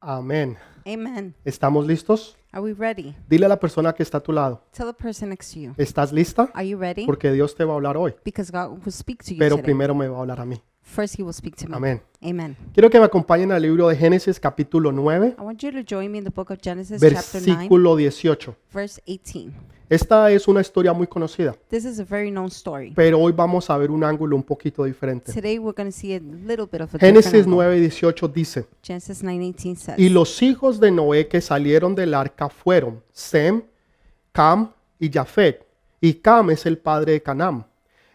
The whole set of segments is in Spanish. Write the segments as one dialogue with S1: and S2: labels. S1: Amén.
S2: Amen.
S1: ¿Estamos listos?
S2: Are we ready?
S1: Dile a la persona que está a tu lado,
S2: Tell the person next to you.
S1: ¿estás lista?
S2: Are you ready?
S1: Porque Dios te va a hablar hoy,
S2: Because God will speak to you
S1: pero
S2: today.
S1: primero me va a hablar a mí.
S2: First, He will speak to me.
S1: Amén.
S2: Amen.
S1: Quiero que me acompañen al libro de Génesis capítulo 9,
S2: I want you to join me in the book of Genesis, chapter 9,
S1: versículo 18.
S2: verse 18.
S1: Esta es una historia muy conocida,
S2: This is a very known story.
S1: pero hoy vamos a ver un ángulo un poquito diferente.
S2: Today, we're going to see a little bit of a different
S1: Génesis
S2: angle.
S1: 9, 18 dice,
S2: Genesis 9:18 says,
S1: Y los hijos de Noé que salieron del arca fueron Sem, Cam y Jafet. Y Cam es el padre de Canam.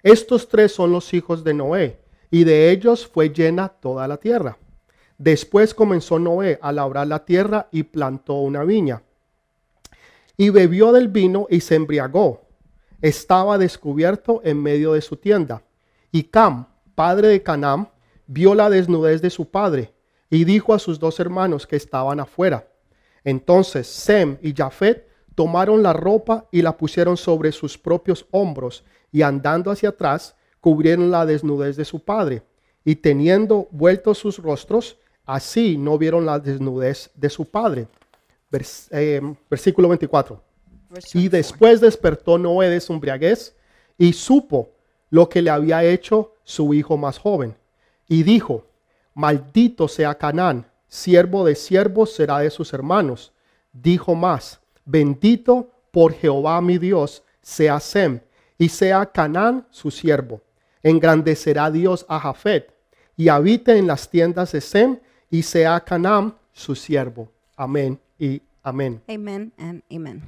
S1: Estos tres son los hijos de Noé, y de ellos fue llena toda la tierra. Después comenzó Noé a labrar la tierra y plantó una viña. Y bebió del vino y se embriagó. Estaba descubierto en medio de su tienda. Y Cam, padre de Canam, vio la desnudez de su padre y dijo a sus dos hermanos que estaban afuera. Entonces Sem y Jafet tomaron la ropa y la pusieron sobre sus propios hombros y andando hacia atrás cubrieron la desnudez de su padre y teniendo vueltos sus rostros, así no vieron la desnudez de su padre. Vers- eh, versículo 24.
S2: verse
S1: Y
S2: 24.
S1: después despertó Noé de su embriaguez y supo lo que le había hecho su hijo más joven. Y dijo, maldito sea Canaán, siervo de siervos será de sus hermanos. Dijo más, bendito por Jehová mi Dios sea Sem, y sea Canaán su siervo. Engrandecerá Dios a Jafet, y habite en las tiendas de Sem, y sea Canaán su siervo. Amén y amén.
S2: Amen and amen.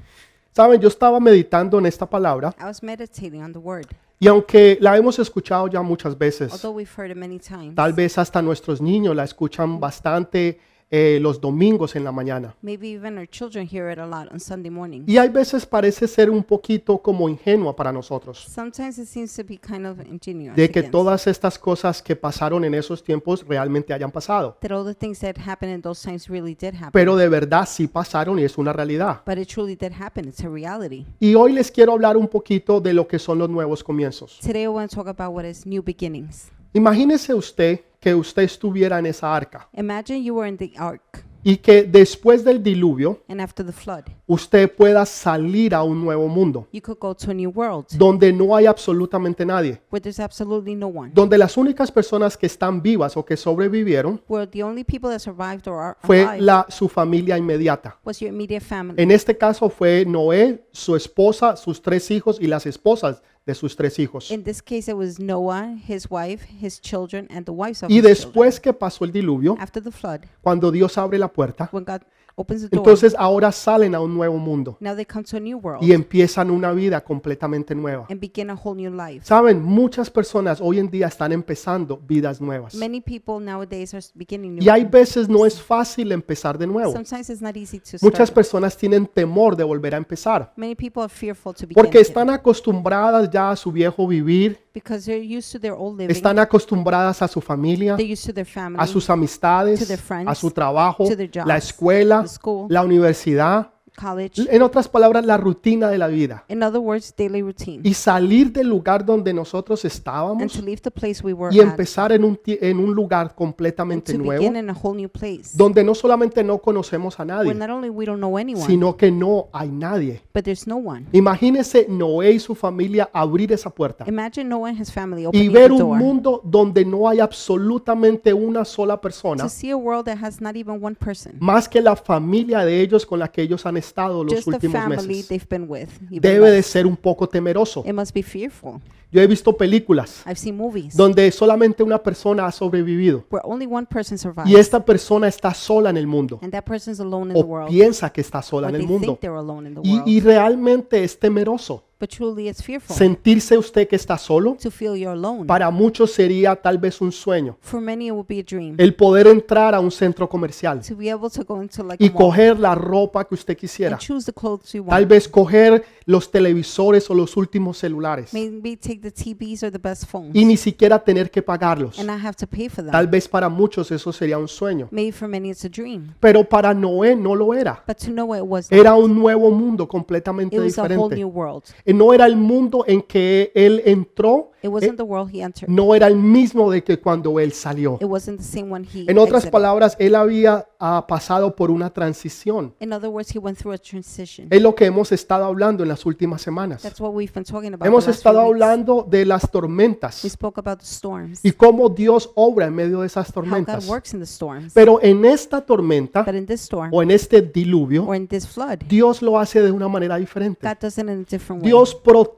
S1: Saben, yo estaba meditando en esta palabra
S2: I was meditating on the word,
S1: y aunque la hemos escuchado ya muchas veces,
S2: although we've heard it many times.
S1: tal vez hasta nuestros niños la escuchan bastante eh, los domingos en la mañana.
S2: Maybe even our children hear it a lot on Sunday morning.
S1: Y hay veces parece ser un poquito como ingenua para nosotros,
S2: Sometimes it seems to be kind of ingenuous.
S1: de que
S2: again,
S1: todas estas cosas que pasaron en esos tiempos realmente hayan pasado.
S2: that all the things that happened in those times really did happen.
S1: Pero de verdad sí pasaron y es una realidad.
S2: But it truly did happen. It's a reality.
S1: Y hoy les quiero hablar un poquito de lo que son los nuevos comienzos.
S2: Today I want to talk about what is new beginnings.
S1: Imagínese usted que usted estuviera en esa arca
S2: Imagine you were in the ark,
S1: y que después del diluvio
S2: and after the flood,
S1: usted pueda salir a un nuevo mundo,
S2: you could go to a new world
S1: donde no hay absolutamente nadie,
S2: where there's absolutely no one.
S1: donde las únicas personas que están vivas o que sobrevivieron
S2: Where the only people that survived or are
S1: fue
S2: alive
S1: la, su familia inmediata.
S2: was your immediate family.
S1: En este caso fue Noé, su esposa, sus tres hijos y las esposas de sus tres hijos.
S2: In this case, it was Noah, his wife, his children, and the wives of
S1: Y
S2: his children.
S1: después que pasó el diluvio,
S2: After the flood,
S1: cuando Dios abre la puerta,
S2: when God opens the door,
S1: entonces ahora salen a un nuevo mundo
S2: now they come to a new world
S1: y empiezan una vida completamente nueva.
S2: and begin a whole new life.
S1: Saben, muchas personas hoy en día están empezando vidas nuevas.
S2: Many people nowadays are s- beginning new.
S1: Y hay veces no es fácil empezar de nuevo.
S2: Sometimes it's not easy to start.
S1: Oh. Muchas personas tienen temor de volver a empezar
S2: Many people are fearful to begin
S1: porque
S2: again
S1: están acostumbradas ya a su viejo vivir,
S2: because they're used to their old living.
S1: están acostumbradas a su familia,
S2: they're used to their family,
S1: a sus amistades, a su trabajo, la escuela, la universidad,
S2: college.
S1: en otras palabras, la rutina de la vida.
S2: In other words, daily routine.
S1: Y salir del lugar donde nosotros
S2: and
S1: estábamos
S2: to leave the place we were
S1: y
S2: at
S1: empezar en un, ti- en un lugar
S2: and
S1: completamente
S2: to
S1: nuevo,
S2: begin in a whole new place.
S1: donde no solamente no conocemos a nadie,
S2: where not only we don't know anyone,
S1: sino que no hay nadie.
S2: but there's no one.
S1: Imagínese Noé y su familia abrir esa puerta
S2: Imagine Noah and his family
S1: y
S2: opening
S1: ver
S2: the
S1: un
S2: door
S1: mundo donde no hay absolutamente una sola persona
S2: to see a world that has not even one person,
S1: más que la familia de ellos con la que ellos han estado los
S2: just the
S1: últimos
S2: family
S1: meses.
S2: they've been with. even
S1: Debe de
S2: less.
S1: ser un poco temeroso.
S2: It must be fearful.
S1: Yo he visto películas
S2: I've seen movies
S1: donde solamente una persona ha sobrevivido
S2: where only one person survives,
S1: y esta persona está sola en el mundo
S2: and that person's alone in the
S1: o
S2: world,
S1: piensa que está sola en
S2: or
S1: el
S2: they
S1: mundo
S2: think they're alone in the
S1: y,
S2: world.
S1: y realmente es temeroso.
S2: but truly, it's fearful
S1: Sentirse usted que está solo
S2: to feel you're alone.
S1: para muchos sería tal vez un sueño.
S2: For many, it would be a dream
S1: el poder entrar a un centro comercial
S2: to be able to go into like
S1: y
S2: a mall
S1: coger la ropa que usted quisiera.
S2: and choose the clothes you
S1: Tal
S2: want.
S1: vez coger los televisores o los últimos celulares
S2: Maybe take the TVs or the best phones,
S1: y ni siquiera tener que pagarlos.
S2: and not have to pay for them.
S1: Tal vez para muchos eso sería un sueño,
S2: Maybe for many, it's a dream.
S1: pero para Noé no lo era.
S2: But to know it was
S1: Era un nuevo mundo completamente
S2: It was a whole
S1: diferente. Eh,
S2: new world.
S1: No era el mundo en que él entró, eh,
S2: It wasn't the world he entered.
S1: no era el mismo de que cuando él salió.
S2: It wasn't the same one he
S1: En otras
S2: exited.
S1: palabras, él había ah, pasado por una transición.
S2: In other words, he went through a transition.
S1: Es lo que hemos estado hablando en las últimas semanas.
S2: That's what we've been talking about. the
S1: Hemos
S2: last few
S1: estado
S2: weeks.
S1: hablando de las
S2: We
S1: tormentas
S2: spoke about the storms.
S1: y cómo Dios obra en medio de esas
S2: How God
S1: tormentas.
S2: works in the storms.
S1: Pero en esta tormenta
S2: But in this storm
S1: o en este diluvio,
S2: or in this flood,
S1: Dios lo hace de una manera diferente.
S2: God does it in a different way.
S1: Dios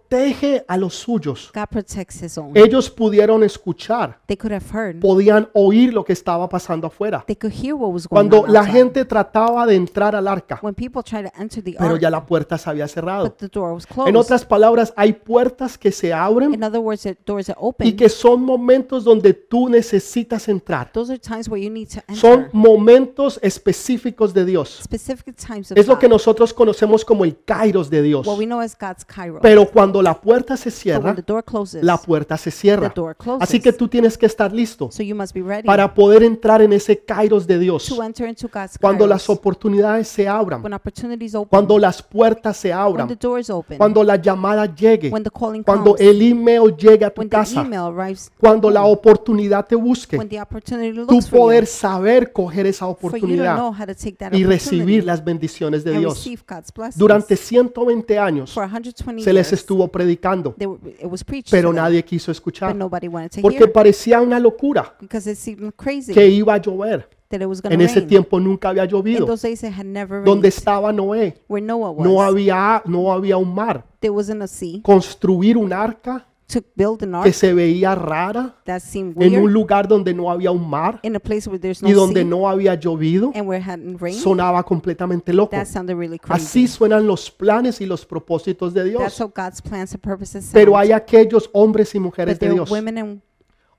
S1: protege a los suyos.
S2: God protects his own.
S1: Ellos pudieron escuchar,
S2: They could have heard.
S1: podían oír lo que estaba pasando afuera.
S2: They could hear what was going
S1: Cuando
S2: on.
S1: la
S2: outside.
S1: gente trataba de entrar al arca,
S2: when people try to enter the
S1: pero
S2: ark,
S1: ya la puerta se había cerrado.
S2: but the door was
S1: En
S2: closed.
S1: otras palabras, hay puertas que se abren
S2: in other words, the doors are
S1: y
S2: open.
S1: que son momentos donde tú necesitas entrar.
S2: Those are times where you need to enter.
S1: Son momentos específicos de Dios.
S2: specific times of
S1: Es lo que
S2: God,
S1: nosotros conocemos como el kairos de Dios.
S2: what we know as God's kairos.
S1: Pero cuando la puerta se
S2: But when
S1: cierra,
S2: the door closes,
S1: la puerta se cierra.
S2: the door closes.
S1: Así que tú tienes que estar listo
S2: so you must be ready
S1: para poder entrar en ese kairos de Dios.
S2: to enter into God's
S1: Cuando
S2: kairos.
S1: las oportunidades se abran,
S2: when opportunities open,
S1: cuando las puertas se
S2: when the
S1: abran,
S2: doors open,
S1: cuando la llamada llegue,
S2: when the calling
S1: cuando
S2: comes,
S1: el email llegue a tu
S2: when the
S1: casa,
S2: email arrives,
S1: cuando la oportunidad te busque,
S2: when the opportunity
S1: tú
S2: looks for
S1: poder
S2: you,
S1: saber coger esa
S2: for you to
S1: oportunidad
S2: know how to take that
S1: y recibir
S2: opportunity
S1: las bendiciones de
S2: and
S1: Dios.
S2: receive God's blessings.
S1: Durante 120 años
S2: for 120
S1: se les
S2: years,
S1: estuvo predicando,
S2: they were, it was preached to
S1: pero
S2: them,
S1: nadie quiso
S2: but
S1: escuchar
S2: nobody wanted to
S1: porque
S2: hear
S1: parecía una locura
S2: because it seemed crazy
S1: que iba a llover.
S2: that it was going
S1: En
S2: to
S1: ese
S2: rain.
S1: tiempo nunca había
S2: In
S1: llovido.
S2: those days, it had never rained.
S1: Donde estaba Noé,
S2: where Noah was,
S1: no había, no había un mar.
S2: there wasn't a sea.
S1: Construir un arca
S2: To build an
S1: que
S2: ark
S1: se veía rara
S2: that seemed
S1: en un
S2: weird
S1: lugar donde no había un mar
S2: in a place where there's
S1: y
S2: no
S1: donde
S2: sea
S1: no había llovido
S2: and where it hadn't rained.
S1: sonaba completamente loco.
S2: That sounded really
S1: Así
S2: crazy.
S1: suenan los planes y los propósitos de
S2: That's
S1: Dios.
S2: how God's plans and purposes sound.
S1: Pero hay aquellos hombres y mujeres
S2: but
S1: de
S2: there are
S1: Dios,
S2: women and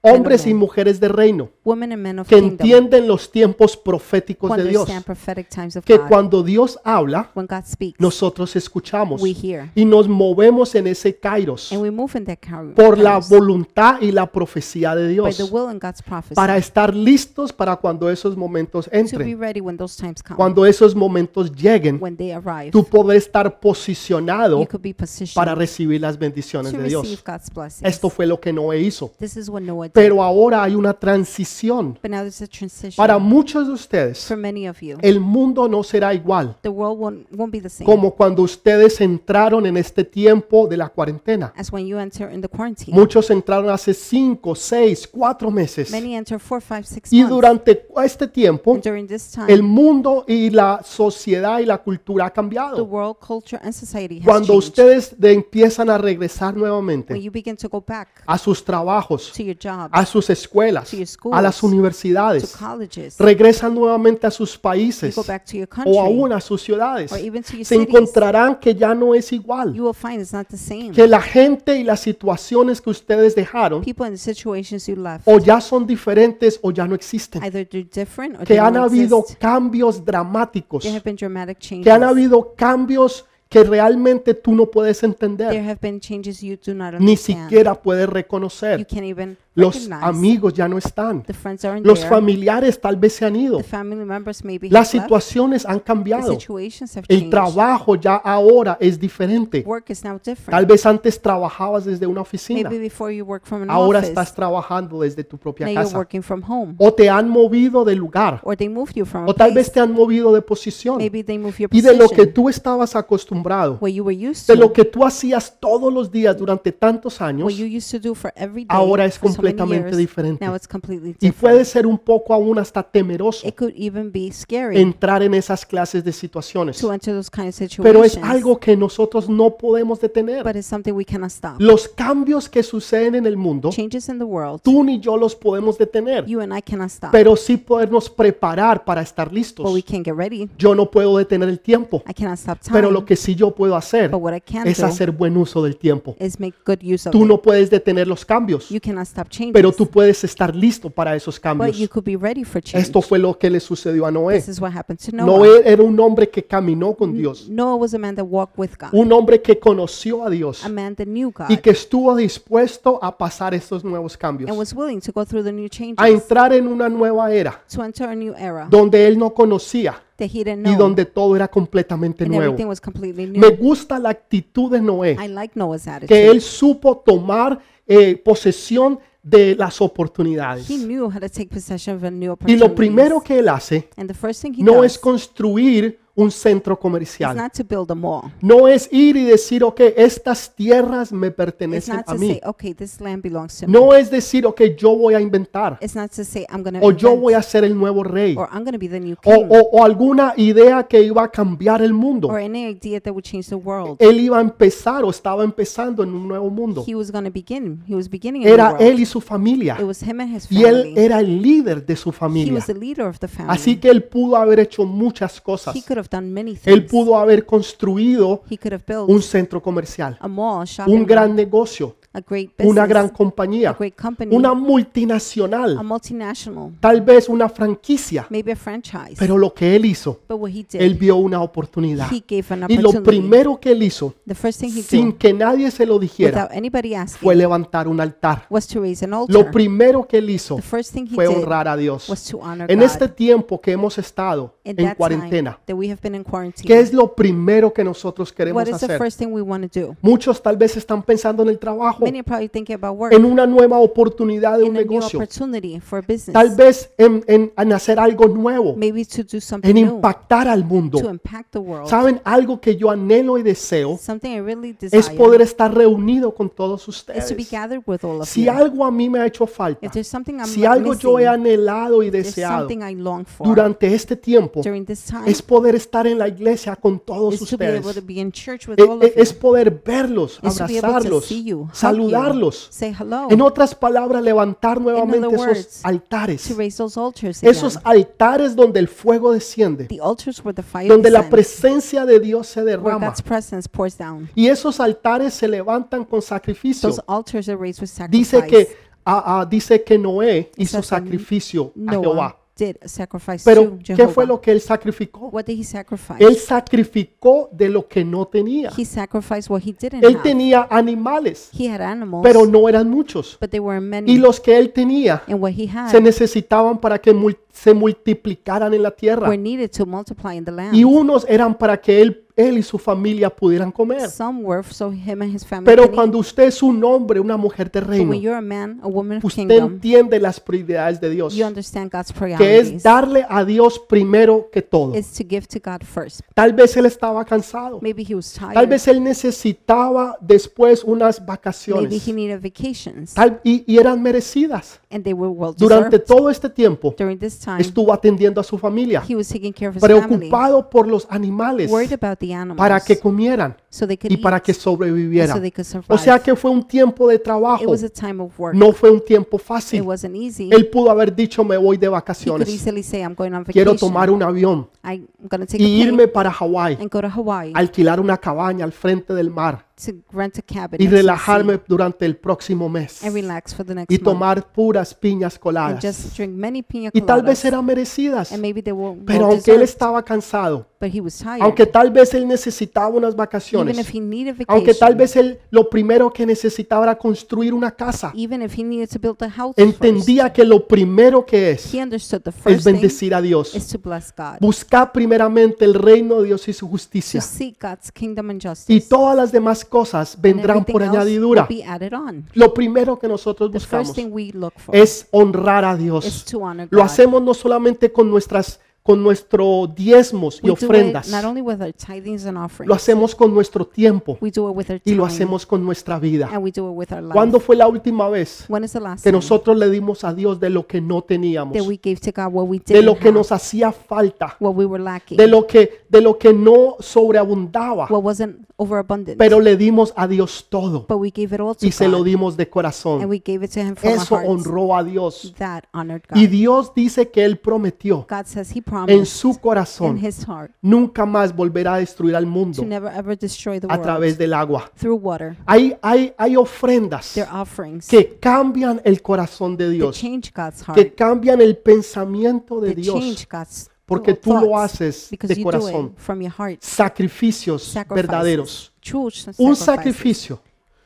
S1: hombres y mujeres de reino,
S2: women and men of
S1: que
S2: kingdom
S1: entienden los tiempos proféticos
S2: who
S1: de Dios.
S2: understand prophetic times of
S1: Que
S2: God.
S1: cuando Dios habla,
S2: when God speaks,
S1: nosotros escuchamos
S2: we hear
S1: y nos movemos en ese kairos
S2: and we move in that car-
S1: por la
S2: kairos,
S1: voluntad y la profecía de
S2: by the
S1: Dios
S2: will and God's prophecy
S1: para estar listos para cuando esos momentos
S2: to be
S1: entren,
S2: ready when those times come,
S1: cuando esos momentos lleguen,
S2: when they arrive.
S1: tú poder estar posicionado
S2: you could be positioned
S1: para recibir las bendiciones
S2: to
S1: de
S2: receive
S1: Dios.
S2: God's blessings.
S1: Esto fue lo que Noé hizo.
S2: this is what Noah did.
S1: Pero ahora hay una transición.
S2: but now there's a transition
S1: Para muchos de ustedes,
S2: for many of you.
S1: el mundo no será igual
S2: the world won't, won't be the same
S1: como cuando ustedes entraron en este tiempo de la cuarentena.
S2: as when you enter in the quarantine.
S1: Muchos entraron hace 5, 6, 4 meses.
S2: Many enter four, five, six
S1: Y
S2: months.
S1: durante este tiempo,
S2: And during this time,
S1: el mundo y la sociedad y la cultura ha
S2: the
S1: cambiado.
S2: world, culture, and society has
S1: Cuando
S2: changed.
S1: ustedes de- empiezan a regresar
S2: when
S1: nuevamente
S2: you begin to go back
S1: a sus trabajos,
S2: to your job,
S1: a sus escuelas, a las
S2: to
S1: universidades,
S2: colleges,
S1: regresan nuevamente a sus
S2: you
S1: países
S2: go back to your country,
S1: o aún a sus ciudades,
S2: or even to your
S1: se
S2: cities,
S1: encontrarán que ya no es igual,
S2: you will find it's not the same.
S1: que la gente y las situaciones que ustedes dejaron
S2: People in the situations you left,
S1: o ya son diferentes o ya no existen,
S2: either they're different or they
S1: que han
S2: don't
S1: habido
S2: exist.
S1: cambios dramáticos,
S2: There have been dramatic changes.
S1: que han habido cambios que realmente tú no puedes
S2: there
S1: entender,
S2: have been changes you do not
S1: ni
S2: understand.
S1: siquiera puedes
S2: you
S1: reconocer.
S2: can't even
S1: Los
S2: recognize.
S1: amigos ya no están,
S2: the friends aren't
S1: los
S2: there.
S1: familiares tal vez se han ido,
S2: the family members maybe
S1: las
S2: have left.
S1: situaciones han
S2: The
S1: cambiado,
S2: situations have
S1: el
S2: changed.
S1: trabajo ya ahora es diferente.
S2: Work is now different.
S1: Tal vez antes trabajabas desde una oficina,
S2: Maybe before you work from an
S1: ahora
S2: office,
S1: estás trabajando desde tu
S2: now
S1: propia
S2: you're
S1: casa.
S2: working from home,
S1: O te han movido de lugar,
S2: or they moved you from a
S1: o tal
S2: place.
S1: vez te han movido de posición.
S2: Maybe they moved your
S1: Y de lo que
S2: position
S1: tú estabas acostumbrado,
S2: where you were used
S1: de
S2: to,
S1: lo que tú hacías todos los días durante tantos años,
S2: what you used to do for every day.
S1: ahora es
S2: for so many
S1: completamente
S2: years,
S1: diferente.
S2: Now it's completely
S1: y
S2: different.
S1: puede ser un poco aún hasta temeroso
S2: It could even be scary
S1: entrar en esas clases de situaciones.
S2: to enter those kind of situations.
S1: Pero es algo que nosotros no podemos detener.
S2: but it's something we cannot stop.
S1: Los cambios que suceden en el mundo,
S2: Changes in the world,
S1: tú ni yo los podemos detener.
S2: you and I cannot stop.
S1: pero sí podernos preparar para estar listos.
S2: but we can get ready.
S1: Yo no puedo detener el tiempo,
S2: I cannot stop time.
S1: pero lo que sí yo puedo hacer
S2: but what I can
S1: es
S2: do
S1: hacer buen uso del tiempo.
S2: is make good use of
S1: Tú
S2: it.
S1: no puedes detener los cambios,
S2: You cannot stop changes.
S1: pero tú puedes estar listo para esos
S2: but you
S1: cambios.
S2: could be ready for change.
S1: Esto fue lo que le sucedió a Noé.
S2: This is what happened to Noah. Mm.
S1: Noé era un hombre que caminó con Dios,
S2: Noah was a man that walked with God,
S1: un hombre que conoció a Dios
S2: a man that knew God
S1: y que estuvo dispuesto a pasar estos nuevos
S2: and
S1: cambios,
S2: was willing to go through the new
S1: a
S2: changes,
S1: entrar en una nueva era
S2: to enter a new era
S1: donde él no conocía,
S2: that he didn't
S1: y
S2: know.
S1: donde todo era completamente
S2: and
S1: nuevo.
S2: everything was completely
S1: Me
S2: new.
S1: gusta la actitud de Noé,
S2: I like Noah's
S1: que
S2: attitude.
S1: él supo tomar eh, posesión de las oportunidades.
S2: He knew how to take possession of a new
S1: Y
S2: opportunity.
S1: lo primero que él hace
S2: and the first thing he
S1: no
S2: does
S1: es construir un centro
S2: is
S1: comercial.
S2: not to build a mall.
S1: No es ir y decir, ok, estas tierras me
S2: It's
S1: pertenecen
S2: not
S1: a
S2: to
S1: mí.
S2: say, okay, this land belongs to me.
S1: No es decir, ok, yo voy a inventar
S2: It's not to say, I'm going to
S1: o yo voy a ser el nuevo rey o,
S2: or I'm going to be the new king
S1: o- o alguna idea que iba a cambiar el mundo.
S2: or any idea that would change the world.
S1: Él iba a empezar o estaba empezando en un nuevo mundo.
S2: He was going to begin. He was beginning a new
S1: Era
S2: world.
S1: él y su familia.
S2: It was him and his
S1: Y él
S2: family.
S1: era el líder de su
S2: He
S1: familia.
S2: was the leader of the family.
S1: Así que él pudo haber hecho muchas cosas.
S2: He could have done many
S1: Él
S2: things.
S1: pudo haber construido
S2: He could have built
S1: un centro comercial,
S2: a mall, a shopping
S1: un gran negocio,
S2: mall, a great business,
S1: una gran
S2: a
S1: compañía,
S2: great company,
S1: una
S2: a
S1: multinacional,
S2: multinational,
S1: tal vez una franquicia.
S2: maybe a franchise.
S1: Pero lo que él hizo,
S2: but what he did,
S1: él vio una oportunidad.
S2: he gave an
S1: Y
S2: opportunity.
S1: lo primero que él hizo,
S2: the first thing he
S1: sin
S2: did,
S1: que nadie se lo dijera,
S2: without anybody asking,
S1: fue levantar un altar.
S2: was to raise an altar.
S1: Lo primero que él hizo
S2: the first thing he
S1: fue
S2: did
S1: honrar a Dios.
S2: was to honor
S1: En
S2: God.
S1: este tiempo que hemos estado
S2: In
S1: en
S2: that
S1: cuarentena,
S2: time that we have been in quarantine,
S1: ¿qué es lo primero que nosotros queremos
S2: what is the
S1: hacer?
S2: first thing we want to do?
S1: Muchos tal vez están pensando en el trabajo,
S2: Many are probably thinking about work,
S1: en una nueva oportunidad de un
S2: in a new
S1: negocio,
S2: opportunity for a business,
S1: tal vez en, en- en hacer algo nuevo,
S2: maybe to do something
S1: en
S2: new,
S1: impactar al
S2: to
S1: mundo.
S2: impact the world.
S1: ¿Saben algo que yo anhelo y deseo?
S2: Something I really desire
S1: Es poder estar reunido con todos
S2: is to be
S1: ustedes.
S2: gathered with all of
S1: Si
S2: you.
S1: algo a mí me ha hecho falta,
S2: if there's something I'm
S1: si algo
S2: missing,
S1: yo he anhelado y
S2: there's
S1: deseado
S2: something I long for
S1: durante este tiempo,
S2: during this time,
S1: es poder estar en la iglesia con todos
S2: is to be able
S1: ustedes.
S2: to be in church with
S1: E-
S2: all of
S1: e- Es
S2: you,
S1: poder verlos,
S2: is to be able to
S1: abrazarlos,
S2: see you, hug you,
S1: saludarlos.
S2: say hello,
S1: En otras palabras, levantar nuevamente esos
S2: words,
S1: altares.
S2: to raise those altars again.
S1: Esos altares donde el fuego desciende,
S2: the altars where the fire
S1: donde la
S2: descends,
S1: presencia de Dios se
S2: where
S1: derrama.
S2: God's presence pours down.
S1: Y esos altares se levantan con sacrificio.
S2: Those altars are raised with sacrifice.
S1: Dice que, ah, ah, dice que Noé hizo
S2: Says that
S1: sacrificio a
S2: Noah
S1: Jehová.
S2: did sacrifice
S1: Pero,
S2: to
S1: ¿qué fue
S2: Jehovah.
S1: lo que él sacrificó?
S2: What did he sacrifice?
S1: Él sacrificó de lo que no tenía.
S2: he sacrificed what he didn't
S1: Él
S2: have.
S1: tenía animales,
S2: he had animals,
S1: pero no eran muchos.
S2: but they were many.
S1: Y los que él tenía
S2: and what he had
S1: se necesitaban para que mul- se multiplicaran en la
S2: were
S1: tierra.
S2: needed to multiply in the land.
S1: Y unos eran para que él, él y su familia pudieran comer.
S2: Some were so him and his family.
S1: Pero
S2: can eat.
S1: cuando usted es un hombre, una mujer de
S2: But when
S1: reino,
S2: you're a man, a woman of
S1: usted
S2: kingdom,
S1: entiende las prioridades de Dios,
S2: you understand God's
S1: que es
S2: priorities.
S1: darle a Dios primero que todo.
S2: Is to give to God first.
S1: Tal vez él estaba cansado,
S2: Maybe he was tired.
S1: tal vez él necesitaba después unas
S2: Maybe
S1: vacaciones.
S2: he needed vacations,
S1: Tal- y, y eran merecidas.
S2: and they were well
S1: Durante
S2: deserved.
S1: todo este tiempo
S2: During this time,
S1: estuvo atendiendo a su familia,
S2: he was taking care of his family,
S1: preocupado por los animales
S2: worried about the animals,
S1: para que comieran
S2: so they could
S1: y para
S2: eat,
S1: que
S2: and
S1: sobrevivieran.
S2: so they
S1: O
S2: could survive.
S1: sea que fue un tiempo de
S2: it
S1: trabajo,
S2: was a time of work.
S1: no fue un tiempo
S2: It
S1: fácil.
S2: wasn't easy.
S1: Él pudo haber dicho me voy de
S2: he could
S1: vacaciones,
S2: easily say, "I'm going on vacation.
S1: quiero tomar un avión
S2: I'm going to take
S1: y
S2: a plane
S1: irme para Hawái,
S2: and go to Hawaii
S1: alquilar una cabaña al frente del mar
S2: to rent a
S1: y
S2: cabin and to see
S1: relajarme durante el próximo mes
S2: and relax for the next
S1: y
S2: month
S1: tomar puras piñas
S2: and
S1: coladas.
S2: just drink many pina
S1: Y tal vez
S2: coladas."
S1: eran merecidas,
S2: and maybe they were
S1: pero
S2: well
S1: aunque él
S2: deserved,
S1: estaba cansado,
S2: but he was tired.
S1: aunque tal vez él necesitaba unas
S2: even
S1: vacaciones,
S2: if he needed vacation,
S1: aunque tal vez él lo primero que necesitaba era construir una casa,
S2: even if he needed to build a house, first,
S1: entendía que lo primero que es
S2: he understood the
S1: es
S2: first thing
S1: bendecir a Dios.
S2: is to bless God,
S1: Buscar primeramente el reino de Dios y su
S2: to
S1: justicia.
S2: seek God's kingdom and
S1: Y
S2: justice,
S1: todas las demás cosas
S2: and
S1: vendrán
S2: everything
S1: por
S2: else
S1: añadidura.
S2: will be added on.
S1: Lo primero que nosotros
S2: The first
S1: buscamos
S2: thing we look for
S1: es honrar a
S2: is
S1: Dios.
S2: to honor
S1: Lo
S2: God.
S1: hacemos no solamente con nuestras con nuestro diezmos y
S2: We do it
S1: ofrendas.
S2: not only with our tithings and offerings,
S1: Lo hacemos con nuestro tiempo
S2: we do it with our
S1: y
S2: time,
S1: lo hacemos con nuestra vida.
S2: and we do it with our life.
S1: ¿Cuándo fue la última vez
S2: when is the last
S1: que
S2: time
S1: nosotros le dimos a Dios de lo que no
S2: that
S1: teníamos,
S2: we gave to God what we
S1: de
S2: didn't
S1: lo que
S2: have,
S1: nos hacía falta,
S2: what we were lacking,
S1: de lo que de lo que no sobreabundaba,
S2: what wasn't overabundant,
S1: pero le dimos a Dios todo
S2: but we gave it all to
S1: y se
S2: God,
S1: lo dimos de
S2: and
S1: corazón.
S2: we gave it to Him from
S1: Eso
S2: our hearts.
S1: honró a Dios.
S2: That honored God.
S1: Y Dios dice que él prometió
S2: God says He
S1: en
S2: promised
S1: su
S2: in
S1: corazón
S2: His heart
S1: nunca más volverá a destruir al mundo
S2: to never ever destroy the
S1: a través
S2: world
S1: del agua.
S2: through water,
S1: Hay hay hay ofrendas
S2: their offerings,
S1: que cambian el corazón de
S2: that
S1: Dios,
S2: change God's
S1: que
S2: heart,
S1: cambian el pensamiento de
S2: that
S1: Dios.
S2: change God's
S1: porque tú lo
S2: thoughts,
S1: haces
S2: because
S1: de
S2: you do it
S1: corazón.
S2: from your heart.
S1: sacrificios
S2: Sacrifices,
S1: verdaderos.
S2: true
S1: Un
S2: sacrifices.
S1: sacrificio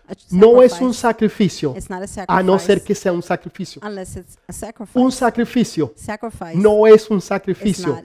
S2: a
S1: No es un
S2: sacrifice.
S1: sacrificio,
S2: It's not a
S1: a no ser
S2: sacrifice
S1: que sea un sacrificio.
S2: unless it's a
S1: Un
S2: sacrifice.
S1: sacrificio
S2: Sacrifice
S1: no es un
S2: is
S1: sacrificio,
S2: not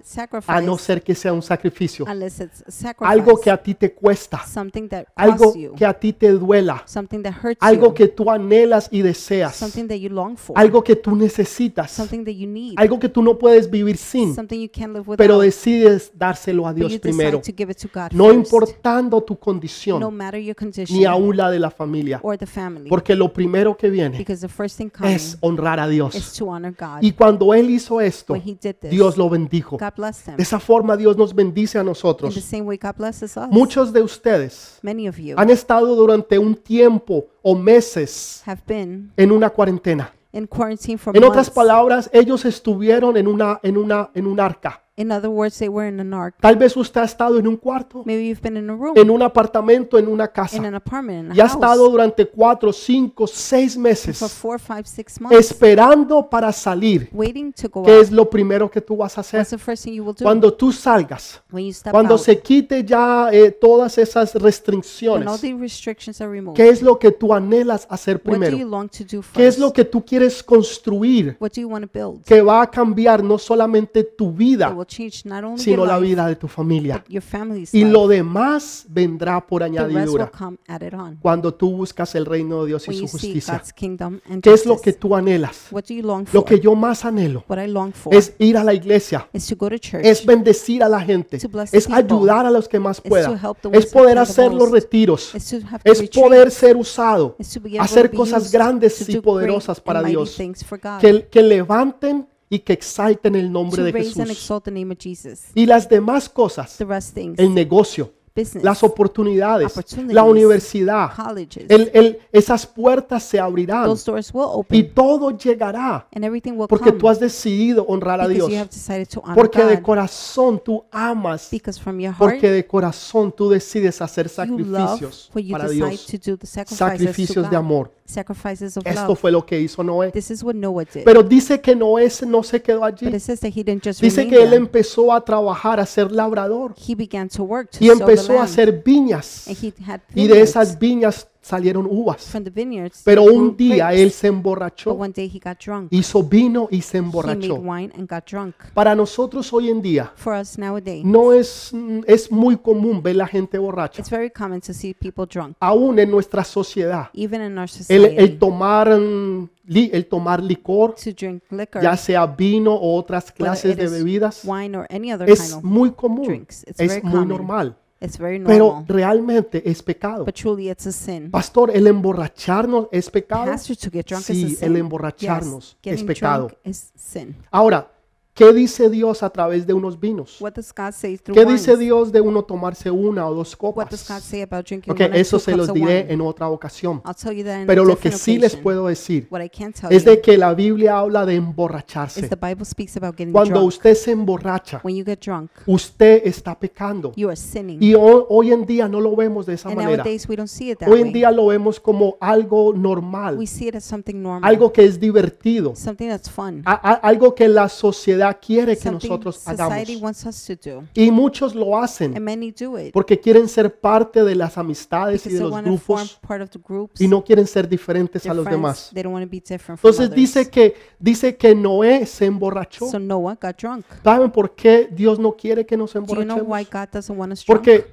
S1: a no
S2: sacrifice
S1: ser que sea un sacrificio.
S2: unless it's a
S1: Algo que
S2: sacrifice.
S1: a ti te cuesta,
S2: Something that
S1: algo
S2: costs you.
S1: que a ti te duela,
S2: Something that hurts
S1: algo
S2: you.
S1: que tú anhelas y deseas,
S2: Something that you long for.
S1: algo que tú necesitas,
S2: Something that you need.
S1: algo que tú no puedes vivir sin,
S2: Something you can't live
S1: pero
S2: without.
S1: decides dárselo a
S2: But
S1: Dios
S2: you
S1: primero,
S2: decide to give it to God
S1: no
S2: first.
S1: importando tu
S2: No
S1: condición
S2: matter your
S1: ni
S2: condition
S1: aún la de la familia,
S2: or the family.
S1: porque lo primero que viene
S2: Because the first thing coming
S1: es honrar a
S2: is
S1: Dios.
S2: to honor God.
S1: Y cuando Él hizo esto,
S2: When he did this,
S1: Dios lo bendijo.
S2: God blessed him.
S1: De esa forma Dios nos bendice a
S2: In the
S1: nosotros.
S2: same way God blesses us.
S1: Muchos de ustedes
S2: Many of you
S1: han estado durante un tiempo o meses
S2: have been
S1: en una cuarentena.
S2: in quarantine for
S1: En otras
S2: months.
S1: palabras, ellos estuvieron en una en una en un arca.
S2: In other words, they were in an ark.
S1: Tal vez usted ha estado en un cuarto,
S2: Maybe you've been in a room,
S1: en un apartamento, en una
S2: in
S1: casa
S2: an apartment, in a
S1: y ha
S2: house
S1: estado durante cuatro, cinco, seis
S2: for
S1: meses
S2: four, five, six months,
S1: esperando para salir.
S2: waiting to go
S1: ¿Qué
S2: out.
S1: es lo primero que tú vas a hacer?
S2: What's the first thing you will do
S1: Cuando tú salgas,
S2: when you step
S1: cuando
S2: out?
S1: se quite ya eh, todas esas
S2: when all
S1: restricciones,
S2: the restrictions are removed,
S1: ¿Qué es lo que tú anhelas hacer
S2: what do you
S1: primero?
S2: long to do first?
S1: ¿Qué es lo que tú quieres construir
S2: what do you want to build?
S1: que va a cambiar no solamente tu
S2: That
S1: vida,
S2: will change not only
S1: sino
S2: your
S1: la
S2: life,
S1: vida de tu familia?
S2: your family's
S1: Y
S2: life.
S1: lo demás vendrá por
S2: the rest will
S1: añadidura
S2: come added on.
S1: cuando tú buscas el reino de Dios y
S2: When
S1: su
S2: you see
S1: justicia.
S2: God's kingdom and
S1: ¿Qué es lo que
S2: justice.
S1: tú anhelas?
S2: what do you long for?
S1: Lo que yo más anhelo
S2: what I long for
S1: es ir a la iglesia,
S2: is to go to church,
S1: es bendecir a la gente, es ayudar a los que más puedan, es poder hacer los retiros,
S2: is to have
S1: es
S2: to
S1: poder ser usado,
S2: is to be able
S1: hacer
S2: to be
S1: cosas
S2: used,
S1: grandes
S2: to
S1: y
S2: do great
S1: poderosas
S2: and
S1: para
S2: mighty
S1: Dios.
S2: things for God,
S1: que, que levanten y que exalten el nombre
S2: to
S1: de
S2: raise and
S1: Jesús.
S2: exalt the name of Jesus.
S1: Y las demás cosas,
S2: The rest things,
S1: el negocio,
S2: business,
S1: las oportunidades,
S2: opportunities,
S1: la universidad,
S2: colleges,
S1: el- el- esas puertas se abrirán
S2: those doors will open
S1: y todo llegará
S2: and everything will
S1: porque
S2: come
S1: tú has decidido honrar a
S2: because
S1: Dios,
S2: you have decided to honor
S1: porque de
S2: God.
S1: corazón tú amas,
S2: because from your heart
S1: porque de corazón tú decides hacer
S2: you love
S1: sacrificios
S2: what you
S1: para
S2: decide
S1: Dios,
S2: to do the sacrifices to
S1: sacrificios
S2: God,
S1: de amor.
S2: sacrifices of
S1: Esto
S2: love.
S1: fue lo que hizo Noé.
S2: This is what Noah did.
S1: Pero dice que Noé se- no se quedó allí.
S2: but it says that he didn't just
S1: Dice
S2: remain
S1: que él
S2: there.
S1: empezó a trabajar, a ser labrador
S2: he began to work to
S1: y
S2: sow the
S1: empezó a
S2: land.
S1: hacer viñas
S2: and he had
S1: y de
S2: vineyards.
S1: esas viñas salieron uvas.
S2: from the vineyards
S1: Pero
S2: grew
S1: un día
S2: grapes.
S1: él se
S2: but
S1: emborrachó,
S2: one day he got drunk
S1: hizo vino y se
S2: he made
S1: emborrachó.
S2: wine and got drunk
S1: Para nosotros hoy en día
S2: for us nowadays
S1: no es, mm, es muy común ver la gente borracha,
S2: it's very common to see people drunk
S1: aún en nuestra sociedad.
S2: even in our
S1: El,
S2: society
S1: el tomar, mm, li- el tomar licor,
S2: to drink liquor
S1: ya sea vino o otras
S2: whether
S1: clases
S2: it
S1: de
S2: is
S1: bebidas,
S2: wine or any other
S1: es
S2: kind of
S1: muy común,
S2: drinks it's very
S1: es muy
S2: common
S1: normal,
S2: it's very
S1: pero
S2: normal
S1: realmente es pecado.
S2: but truly it's a sin
S1: Pastor, el emborracharnos es pecado.
S2: pastor to get drunk is a
S1: Sí,
S2: sin
S1: el emborracharnos
S2: yes,
S1: es
S2: getting
S1: pecado.
S2: drunk is sin
S1: Ahora, ¿qué dice Dios a través de unos vinos?
S2: what does God say through
S1: ¿Qué
S2: wines?
S1: dice Dios de uno tomarse una o dos
S2: what does God
S1: copas?
S2: say about drinking
S1: Ok,
S2: one or
S1: eso
S2: two
S1: se
S2: cups
S1: los
S2: of
S1: diré
S2: wine?
S1: en otra ocasión.
S2: I'll tell you that in a
S1: Pero lo que
S2: different
S1: sí les
S2: occasion.
S1: puedo decir
S2: What I can tell
S1: es
S2: you
S1: de que la Biblia habla de
S2: is
S1: emborracharse.
S2: the Bible speaks about getting
S1: Cuando
S2: drunk.
S1: usted se emborracha,
S2: when you get drunk,
S1: usted está pecando.
S2: you are sinning.
S1: Y ho- hoy en día no lo vemos de esa
S2: and
S1: manera.
S2: nowadays we don't see it that
S1: Hoy en
S2: way.
S1: día lo vemos como algo normal,
S2: We see it as something normal,
S1: algo que es divertido.
S2: something that's fun,
S1: a- a- algo que la sociedad quiere que
S2: something
S1: nosotros hagamos.
S2: society wants us to do,
S1: Y muchos lo hacen
S2: and many do it
S1: porque quieren ser parte de las amistades y
S2: because
S1: de
S2: they
S1: los
S2: want to form
S1: grupos
S2: part of the groups.
S1: y no quieren ser diferentes
S2: their
S1: a los
S2: friends,
S1: demás.
S2: They don't want to be different from
S1: Entonces
S2: others.
S1: dice que dice que Noé se emborrachó.
S2: so Noah got drunk.
S1: ¿Saben por qué Dios no quiere que nos
S2: Do you know why
S1: emborrachemos?
S2: God doesn't want us drunk?
S1: Porque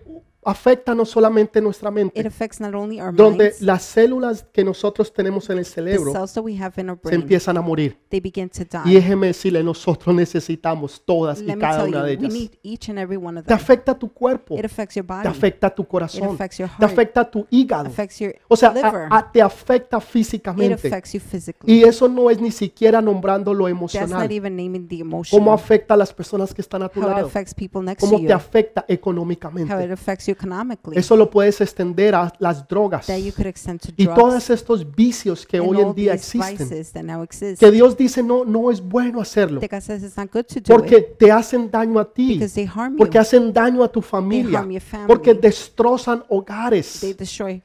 S1: afecta no solamente nuestra
S2: it
S1: mente,
S2: affects not only our
S1: donde
S2: minds,
S1: las células que nosotros tenemos en el
S2: the
S1: cerebro
S2: cells that we have in our
S1: se
S2: brain,
S1: empiezan a morir.
S2: they begin to die.
S1: Y déjeme decirle, nosotros necesitamos todas y
S2: Let me
S1: cada
S2: tell
S1: una de
S2: you, we
S1: ellas.
S2: need each and every one of
S1: te
S2: them.
S1: afecta tu cuerpo,
S2: It affects your body.
S1: te afecta tu corazón,
S2: affects your
S1: te
S2: heart,
S1: afecta tu hígado.
S2: affects your
S1: O sea, a-
S2: liver.
S1: a- te afecta
S2: it
S1: físicamente.
S2: affects you physically.
S1: Y eso no es ni siquiera nombrando lo
S2: That's not
S1: emocional.
S2: even naming the emotion.
S1: Cómo afecta a las personas que están a tu
S2: how it
S1: lado.
S2: affects people next to
S1: Cómo te
S2: you.
S1: afecta
S2: How it
S1: económicamente.
S2: affects you economically.
S1: Eso lo puedes extender a las drogas
S2: that you could extend to
S1: y todos
S2: drugs
S1: estos vicios que
S2: and
S1: hoy
S2: all
S1: en día
S2: these
S1: existen.
S2: vices that now exist.
S1: Que Dios dice, no, no es bueno hacerlo.
S2: The God says it's not good to do
S1: Porque
S2: it
S1: te hacen daño a ti.
S2: because they harm you.
S1: Porque hacen daño a tu familia.
S2: harm your family.
S1: Porque destrozan hogares.
S2: They destroy.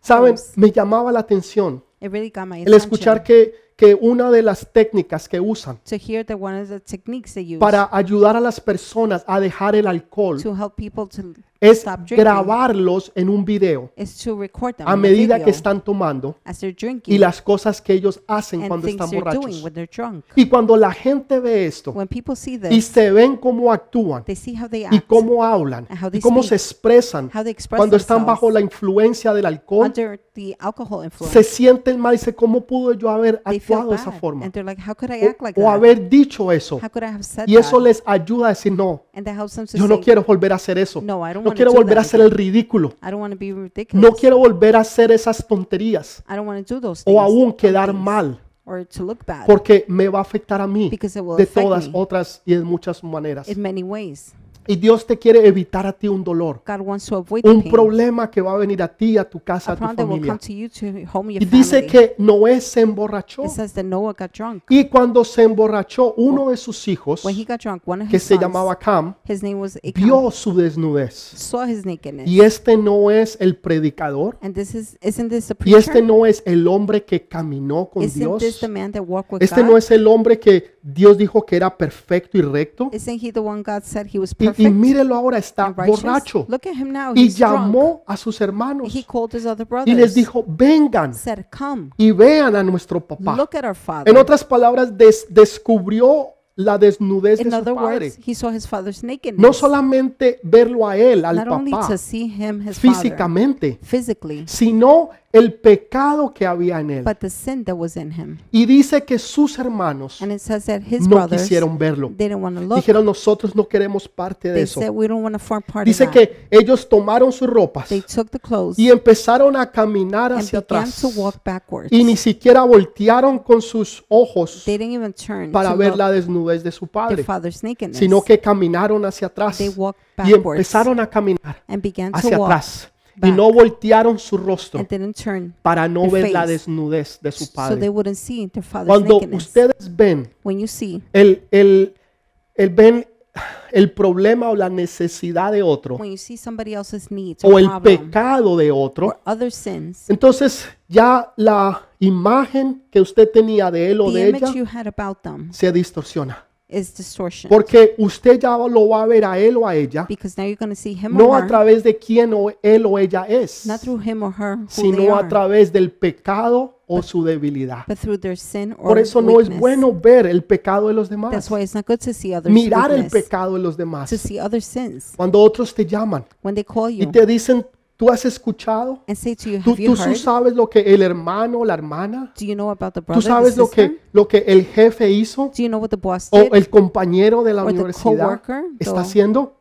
S1: Saben,
S2: Vamos.
S1: me llamaba la atención
S2: It really got my
S1: el escuchar
S2: attention
S1: que, que una de las técnicas que usan
S2: to hear that one of the techniques they use
S1: para ayudar a las personas a dejar el alcohol
S2: to help people to
S1: es
S2: stop drinking
S1: grabarlos en un video
S2: is to record them
S1: a
S2: on the
S1: medida que
S2: video
S1: están tomando
S2: as they're
S1: y
S2: drinking
S1: las cosas que ellos hacen
S2: and
S1: cuando
S2: things
S1: están
S2: they're doing
S1: borrachos.
S2: when they're drunk.
S1: Y cuando la gente ve esto
S2: When people see
S1: y
S2: this,
S1: se ven cómo actúan
S2: they see how they
S1: y
S2: act,
S1: cómo hablan
S2: and how
S1: y
S2: they
S1: cómo
S2: speak,
S1: se expresan
S2: how they express
S1: cuando están bajo
S2: themselves
S1: la influencia del alcohol,
S2: under the alcohol influence.
S1: se sienten mal y dicen, ¿cómo pude yo haber
S2: they feel
S1: actuado de esa
S2: bad,
S1: forma?
S2: and they're like, "How could I act like
S1: O, o
S2: that?
S1: haber dicho eso.
S2: How could I have said
S1: Y eso
S2: that?"
S1: les ayuda a decir, no,
S2: And that helps them to
S1: yo no
S2: say,
S1: quiero volver a hacer eso.
S2: No, I don't
S1: No
S2: wanna
S1: quiero
S2: do
S1: volver a
S2: that
S1: hacer el ridículo.
S2: "I don't want to be ridiculous.
S1: No quiero volver a hacer esas tonterías.
S2: I don't want to do those things
S1: O aún quedar
S2: things,
S1: mal.
S2: or to look bad
S1: Porque me va a afectar a mí
S2: Because it will
S1: de
S2: affect
S1: todas
S2: me.
S1: otras y de muchas maneras.
S2: in many ways."
S1: Y Dios te quiere evitar a ti un dolor,
S2: God wants to avoid the
S1: un
S2: pain.
S1: problema que va a venir a ti, a tu casa,
S2: a
S1: a tu
S2: problem that will
S1: familia.
S2: come to you, to your home, your
S1: Y dice
S2: family.
S1: que Noé se emborrachó.
S2: it says that Noah got drunk.
S1: Y cuando se emborrachó, uno de sus hijos,
S2: When he got drunk, one of
S1: que
S2: his
S1: se
S2: sons,
S1: llamaba Cam,
S2: his name was Achan,
S1: vio su desnudez.
S2: saw his nakedness.
S1: Y este no es el predicador.
S2: And this is isn't this the
S1: Y
S2: preacher?
S1: este no es el hombre que caminó con
S2: isn't
S1: Dios.
S2: this the man that walked with
S1: Este
S2: God?
S1: no es el hombre que Dios dijo que era perfecto y recto.
S2: Isn't he the one God said he was perfect?
S1: Y, y mírelo ahora, está
S2: and righteous?
S1: borracho.
S2: Look at him now.
S1: Y
S2: He's drunk.
S1: llamó a sus hermanos
S2: He called his other brothers.
S1: y les dijo, vengan
S2: said, "Come,
S1: y vean a nuestro papá.
S2: look at our father."
S1: En otras palabras, des- descubrió la desnudez de
S2: In
S1: su
S2: other
S1: padre.
S2: words, he saw his father's nakedness.
S1: No solamente verlo a él, al
S2: Not only
S1: papá,
S2: to see him, his father,
S1: físicamente,
S2: physically,
S1: sino el pecado que había en él.
S2: but the sin that was in him.
S1: Y dice que sus hermanos
S2: And it says that his
S1: no
S2: brothers
S1: quisieron verlo.
S2: they didn't want to look.
S1: Dijeron, nosotros no queremos parte de
S2: They
S1: eso.
S2: said we don't want to form part
S1: Dice
S2: of that.
S1: que ellos tomaron sus ropas
S2: They took the clothes
S1: y empezaron a caminar
S2: and
S1: hacia
S2: began
S1: atrás.
S2: to walk backwards.
S1: Y ni siquiera voltearon con sus ojos
S2: They didn't even turn
S1: para
S2: to
S1: ver
S2: look
S1: la desnudez de su
S2: their
S1: padre,
S2: father's nakedness.
S1: sino que caminaron hacia atrás.
S2: They walked
S1: Y
S2: backwards.
S1: empezaron a caminar
S2: and began to
S1: hacia
S2: walk
S1: atrás. Y no
S2: back.
S1: voltearon su rostro
S2: and didn't turn
S1: para no
S2: their
S1: ver la
S2: face.
S1: desnudez de su
S2: so they
S1: padre.
S2: wouldn't see their father's
S1: Cuando
S2: nakedness.
S1: ustedes ven
S2: when you see,
S1: el, el, el ven el problema o la necesidad de otro
S2: when you see somebody else's needs
S1: o
S2: or
S1: el
S2: problem
S1: pecado de
S2: or
S1: otro,
S2: other sins,
S1: entonces ya la imagen que usted tenía de él o
S2: the
S1: de
S2: image
S1: ella
S2: you had about them
S1: se distorsiona.
S2: is distortion.
S1: Porque usted ya lo va a ver a él o a ella,
S2: because now you're going to see him
S1: no
S2: or
S1: a
S2: her,
S1: través de quién o él o ella es,
S2: not through him or her who they
S1: sino a
S2: are,
S1: través del pecado o su debilidad.
S2: but through their sin or
S1: Por eso no
S2: weakness.
S1: es bueno ver el pecado de los
S2: That's
S1: demás,
S2: why it's not good to see others'
S1: mirar el
S2: weakness,
S1: pecado de los
S2: to
S1: demás.
S2: see other sins
S1: Cuando otros te llaman
S2: when they call
S1: y
S2: you
S1: te dicen, ¿tú has escuchado?
S2: and say to you,
S1: ¿Tú,
S2: "Have you
S1: tú sí
S2: heard?
S1: sabes lo que el hermano o la hermana?
S2: Do you know about the
S1: ¿Tú
S2: brother? the
S1: sabes lo
S2: sister?
S1: que, Oh, lo que el jefe hizo
S2: Do you know what the boss
S1: o
S2: did?
S1: el compañero de la
S2: Or the
S1: universidad
S2: coworker,
S1: está
S2: the
S1: haciendo?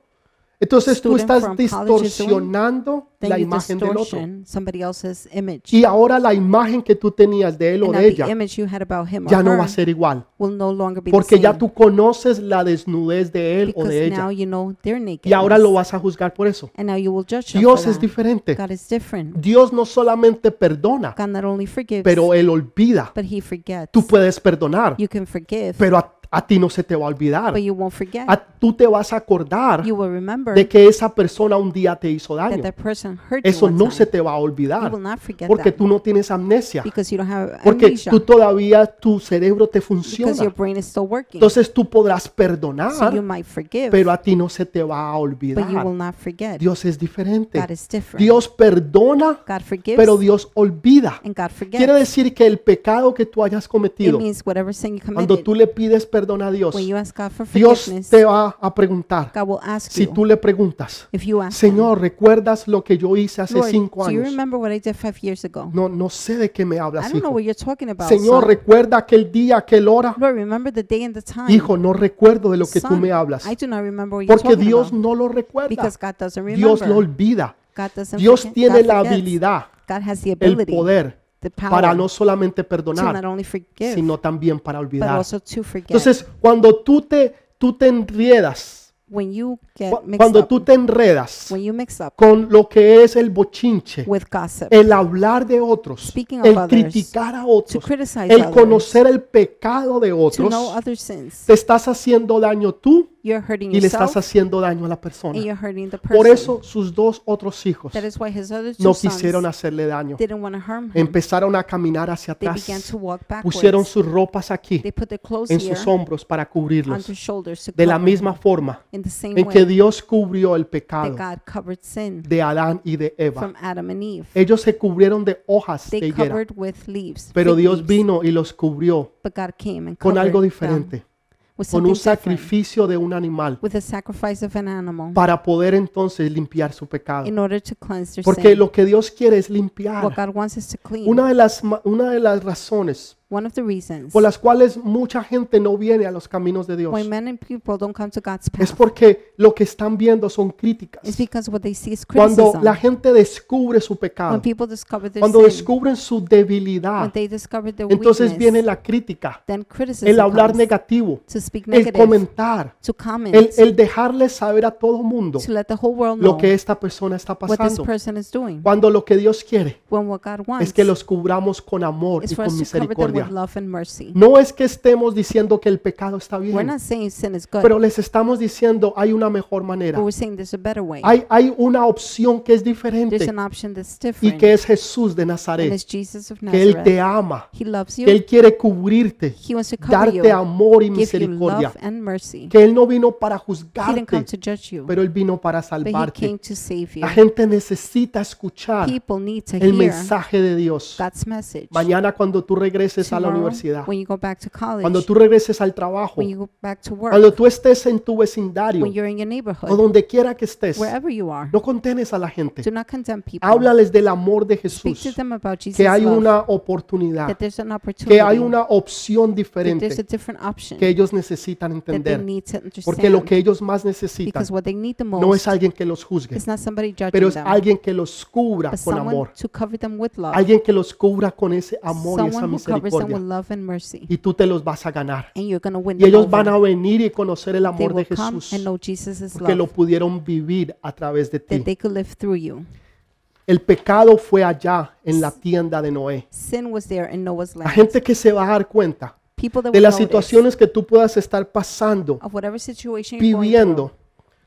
S1: Entonces tú
S2: student
S1: estás
S2: from college is doing,
S1: distorsionando
S2: then
S1: la
S2: you
S1: imagen del otro.
S2: distortion somebody else's image.
S1: Y ahora la imagen que tú tenías de él o
S2: and now
S1: de ella
S2: the image you had about him
S1: ya
S2: or
S1: no
S2: her
S1: va a ser igual.
S2: will no longer be
S1: Porque
S2: the same.
S1: ya tú conoces la desnudez de él o
S2: because
S1: de
S2: now
S1: ella.
S2: you know their nakedness.
S1: Y ahora lo vas a juzgar por eso.
S2: and now you will judge them
S1: Dios
S2: for
S1: es
S2: that.
S1: diferente.
S2: God is different.
S1: Dios no solamente perdona,
S2: God not only forgives,
S1: pero él olvida.
S2: but he forgets.
S1: Tú puedes perdonar,
S2: you can forgive,
S1: pero a, a ti no se te va a olvidar.
S2: but you won't forget.
S1: A- tú te vas a acordar
S2: you will remember
S1: de que esa persona un día te hizo
S2: that
S1: daño.
S2: that person hurt
S1: Eso
S2: you one
S1: no se
S2: time.
S1: te va a
S2: you
S1: olvidar
S2: will not forget
S1: porque
S2: that
S1: tú no tienes amnesia,
S2: because you don't have
S1: porque
S2: amnesia
S1: tú todavía tu cerebro te
S2: because your
S1: funciona.
S2: brain is still working.
S1: Entonces tú podrás
S2: so you
S1: perdonar,
S2: might forgive,
S1: pero a ti no se te va a
S2: but Pues, you will
S1: olvidar.
S2: not forget.
S1: Dios es diferente.
S2: God is different.
S1: Dios perdona,
S2: God forgives,
S1: pero Dios olvida.
S2: and God forgets.
S1: Quiere decir que el pecado que tú hayas
S2: it
S1: cometido,
S2: means whatever sin you
S1: cuando
S2: committed.
S1: tú le pides perdón a Dios,
S2: when you ask God for
S1: Dios
S2: forgiveness,
S1: te va a preguntar.
S2: God will ask
S1: Si
S2: you.
S1: tú le preguntas,
S2: If you ask Him,
S1: Señor, ¿recuerdas lo que yo hice hace
S2: Lord,
S1: cinco
S2: do you
S1: años?
S2: remember what I did five years ago?
S1: No, no sé de qué me
S2: I
S1: hablas,
S2: don't know
S1: hijo.
S2: what you're talking about.
S1: Señor,
S2: son.
S1: recuerda aquel día, aquel hora.
S2: Lord, remember the day and the time.
S1: Hijo, no recuerdo de lo que tú
S2: Son,
S1: me hablas.
S2: I do not remember what you're
S1: Porque
S2: talking
S1: Dios
S2: about.
S1: no lo recuerda.
S2: Because God doesn't remember.
S1: Dios lo olvida.
S2: God doesn't
S1: Dios
S2: forget-
S1: tiene
S2: God
S1: la
S2: forgets.
S1: habilidad,
S2: God has the
S1: el
S2: ability,
S1: poder
S2: the power
S1: para no solamente
S2: to not
S1: perdonar,
S2: only forgive,
S1: sino también para
S2: but
S1: olvidar.
S2: also to forget.
S1: Entonces, cuando tú te, tú te enriedas,
S2: when you get
S1: cu-
S2: mixed
S1: cuando
S2: up,
S1: tú te enredas
S2: when you mix up
S1: con lo que es el bochinche,
S2: with gossip,
S1: el hablar de otros,
S2: Speaking of
S1: el
S2: others,
S1: criticar a otros,
S2: to criticize
S1: el
S2: others,
S1: conocer el pecado de
S2: to know
S1: otros,
S2: other sins,
S1: te estás haciendo daño tú
S2: You're hurting
S1: y le estás
S2: yourself
S1: haciendo daño a la persona.
S2: and you're hurting the person.
S1: Por eso sus dos otros hijos
S2: that is why his other two
S1: no quisieron
S2: sons
S1: hacerle daño.
S2: didn't want to harm him.
S1: Empezaron a caminar hacia
S2: They began
S1: atrás.
S2: to walk backwards.
S1: Pusieron sus ropas aquí,
S2: they put uh, their clothes
S1: en
S2: here
S1: sus hombros, para
S2: on their
S1: cubrirlos.
S2: shoulders to
S1: De la
S2: cover
S1: misma forma
S2: in the same
S1: en
S2: way
S1: que Dios cubrió el
S2: that
S1: pecado
S2: God covered sin
S1: de Adán y de Eva.
S2: from Adam and Eve.
S1: Ellos se cubrieron de hojas de
S2: They
S1: higuera,
S2: covered with leaves.
S1: pero
S2: fig
S1: Dios
S2: leaves,
S1: vino y los cubrió
S2: but God came and
S1: con
S2: covered
S1: algo
S2: them
S1: diferente,
S2: with
S1: con un
S2: something different,
S1: sacrificio de un animal,
S2: with the sacrifice of an animal
S1: para poder entonces limpiar su pecado.
S2: in order to cleanse their
S1: Porque
S2: sin.
S1: lo que Dios quiere es limpiar.
S2: what God wants us to clean.
S1: Una de las, ma- una de las razones
S2: One of the reasons
S1: por las cuales mucha gente no viene a los caminos de Dios
S2: why men and people don't come to God's
S1: es
S2: path
S1: porque lo que están viendo son
S2: is
S1: críticas.
S2: because what they see is
S1: Cuando
S2: criticism.
S1: la gente descubre su
S2: when
S1: pecado,
S2: people discover their
S1: cuando
S2: sin,
S1: descubren su
S2: when
S1: debilidad,
S2: they discover their
S1: entonces
S2: weakness,
S1: viene la crítica,
S2: then criticism
S1: el hablar
S2: comes,
S1: negativo,
S2: to speak
S1: el
S2: negative,
S1: comentar,
S2: to comment,
S1: el, el dejarle saber a todo mundo
S2: to let the whole world know
S1: lo que esta persona está
S2: what this
S1: pasando.
S2: person is doing.
S1: Cuando lo que Dios quiere
S2: When what God wants
S1: es que los cubramos con amor
S2: is
S1: y
S2: for
S1: con
S2: us to cover them with
S1: misericordia.
S2: love and mercy.
S1: No es que estemos diciendo que el pecado está
S2: We're
S1: bien,
S2: not saying sin is good,
S1: pero les estamos diciendo hay una mejor manera.
S2: but we're saying there's a better way.
S1: Hay, hay una opción que es
S2: There's
S1: diferente
S2: an option that's
S1: y
S2: different,
S1: que es Jesús de
S2: and
S1: Nazaret,
S2: it's Jesus of
S1: que Él
S2: Nazareth.
S1: te ama,
S2: he loves you.
S1: que Él quiere cubrirte,
S2: he wants to cover you.
S1: darte amor y
S2: give you love
S1: misericordia,
S2: and mercy.
S1: que Él no vino para
S2: He didn't come
S1: juzgarte,
S2: to judge you,
S1: pero Él vino para
S2: but he
S1: salvarte.
S2: came to save you.
S1: La gente necesita escuchar
S2: People need to
S1: el
S2: hear
S1: mensaje de Dios.
S2: God's message.
S1: Mañana cuando tú regreses a la
S2: Tomorrow,
S1: universidad,
S2: When you go back to college,
S1: cuando tú regreses al trabajo,
S2: when you go back to work,
S1: cuando tú estés en tu vecindario
S2: when you're in your neighborhood,
S1: o donde quiera que estés,
S2: wherever you are,
S1: no contenes a la gente.
S2: do not condemn people.
S1: Háblales del amor de
S2: Speak to
S1: Jesús,
S2: them about Jesus'
S1: que hay
S2: love,
S1: una oportunidad,
S2: that there's an opportunity,
S1: que hay una opción
S2: that there's a
S1: diferente
S2: different option
S1: que ellos necesitan
S2: that they
S1: entender.
S2: need to understand.
S1: Porque lo que ellos más necesitan
S2: because what they need the most
S1: no es alguien que los juzgue,
S2: is not somebody judging
S1: pero es
S2: them,
S1: alguien que los cubra
S2: but
S1: con
S2: someone
S1: amor.
S2: to cover them with love,
S1: Alguien que los cubra con ese amor y esa
S2: someone who covers them with
S1: misericordia.
S2: love and mercy.
S1: Y tú te los vas a ganar.
S2: and you're going to win
S1: Y
S2: them
S1: ellos
S2: over.
S1: van a venir y conocer el
S2: they
S1: amor
S2: will
S1: de
S2: come
S1: Jesús
S2: and know Jesus'
S1: porque
S2: love,
S1: lo pudieron vivir a través de ti.
S2: that they could live through you.
S1: El pecado fue allá en la tienda de Noé.
S2: Sin was there in Noah's
S1: La
S2: land.
S1: gente que se va a dar cuenta
S2: People that
S1: de
S2: will
S1: las
S2: notice
S1: situaciones que tú puedas estar pasando,
S2: of whatever situation you're going through
S1: viviendo,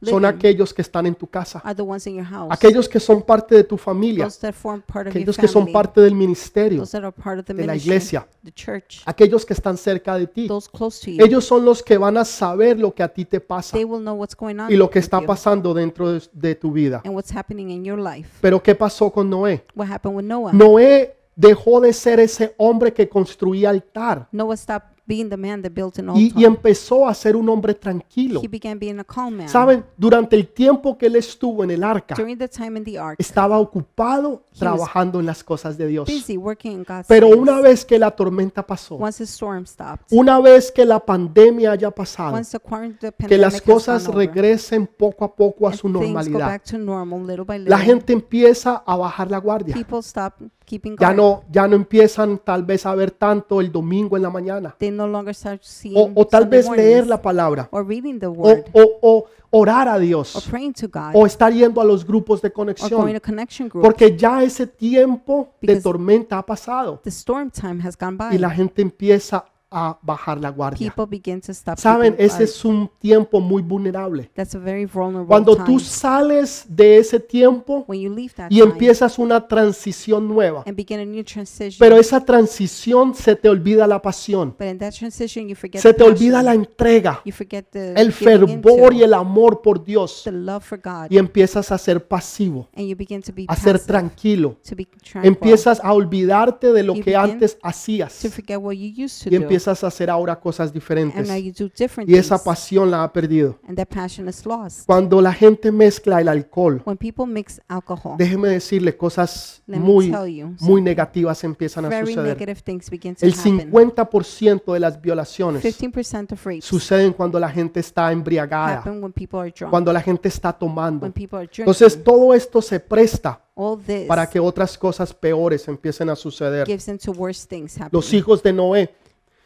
S1: son aquellos que están en tu casa,
S2: are the ones in your house.
S1: aquellos que son parte de tu familia,
S2: those that form part of your
S1: aquellos que son
S2: family.
S1: parte del ministerio,
S2: those that are part of the
S1: de la
S2: ministry,
S1: iglesia.
S2: the church,
S1: aquellos que están cerca de ti.
S2: those close to you.
S1: Ellos son los que van a saber lo que a ti te pasa
S2: they will know what's going on
S1: y lo que
S2: with
S1: está
S2: you
S1: pasando dentro de, de tu vida.
S2: and what's happening in your life.
S1: Pero ¿qué pasó con Noé?
S2: What happened with Noah?
S1: Noé dejó de ser ese hombre que construía altar
S2: Noah stopped being the man that built an
S1: y,
S2: altar.
S1: y empezó a ser un hombre tranquilo.
S2: he began being a calm man.
S1: Saben, durante el tiempo que él estuvo en el arca,
S2: During the time in the ark,
S1: estaba ocupado
S2: was
S1: trabajando en las cosas de Dios.
S2: busy working in God's
S1: Pero
S2: things.
S1: una vez que la tormenta pasó,
S2: Once the storm stopped,
S1: una vez que la pandemia haya pasado,
S2: once the quarant- the
S1: que las
S2: pandemic has
S1: cosas
S2: gone over,
S1: regresen poco a poco a
S2: and
S1: su
S2: things go
S1: normalidad,
S2: back to normal little by little.
S1: la gente empieza a bajar la guardia.
S2: people stop keeping
S1: Ya
S2: guard.
S1: no, ya no empiezan tal vez a ver tanto el domingo en la mañana,
S2: they no longer start seeing
S1: o, o tal
S2: Sunday
S1: vez leer
S2: mornings
S1: la palabra,
S2: or reading the
S1: o,
S2: word
S1: o- o orar a
S2: or
S1: Dios,
S2: praying to God
S1: o estar yendo a los grupos de
S2: or going
S1: conexión,
S2: to connection group.
S1: porque ya ese tiempo de
S2: Because-
S1: tormenta ha pasado.
S2: the storm time has gone by.
S1: y la gente empieza a bajar la guardia.
S2: people begin to stop.
S1: Saben,
S2: keeping
S1: ese
S2: guard.
S1: es un tiempo muy vulnerable.
S2: That's a very vulnerable
S1: Cuando
S2: time.
S1: tú sales de ese tiempo
S2: when you leave that
S1: y
S2: time
S1: empiezas una transición nueva,
S2: and begin a new transition,
S1: pero esa transición se te olvida la pasión,
S2: but in that transition you forget
S1: se
S2: the
S1: te olvida
S2: passion.
S1: la entrega,
S2: you forget the
S1: el
S2: giving
S1: fervor
S2: into
S1: y el amor por Dios
S2: the love for God
S1: y empiezas a ser pasivo,
S2: and you begin to be
S1: a ser
S2: passive,
S1: tranquilo.
S2: to be tranquil,
S1: Empiezas a olvidarte de lo que antes
S2: to
S1: hacías
S2: forget what you used to
S1: y
S2: do
S1: empiezas a hacer ahora cosas
S2: and
S1: diferentes
S2: now you do different
S1: y esa
S2: things
S1: pasión la ha perdido.
S2: and that passion is lost.
S1: Cuando la gente mezcla el alcohol,
S2: When people mix alcohol,
S1: déjeme decirle cosas
S2: Let me
S1: muy,
S2: tell you,
S1: muy negativas empiezan a
S2: very
S1: suceder.
S2: negative things begin to
S1: El
S2: happen.
S1: 50% de las violaciones
S2: 15% of rapes
S1: suceden cuando la gente está embriagada,
S2: happen when people are drunk,
S1: cuando la gente está tomando.
S2: when people are drinking.
S1: Entonces todo esto se presta
S2: All this
S1: para que otras cosas peores empiecen a suceder.
S2: gives into worse things happening.
S1: Los hijos de Noé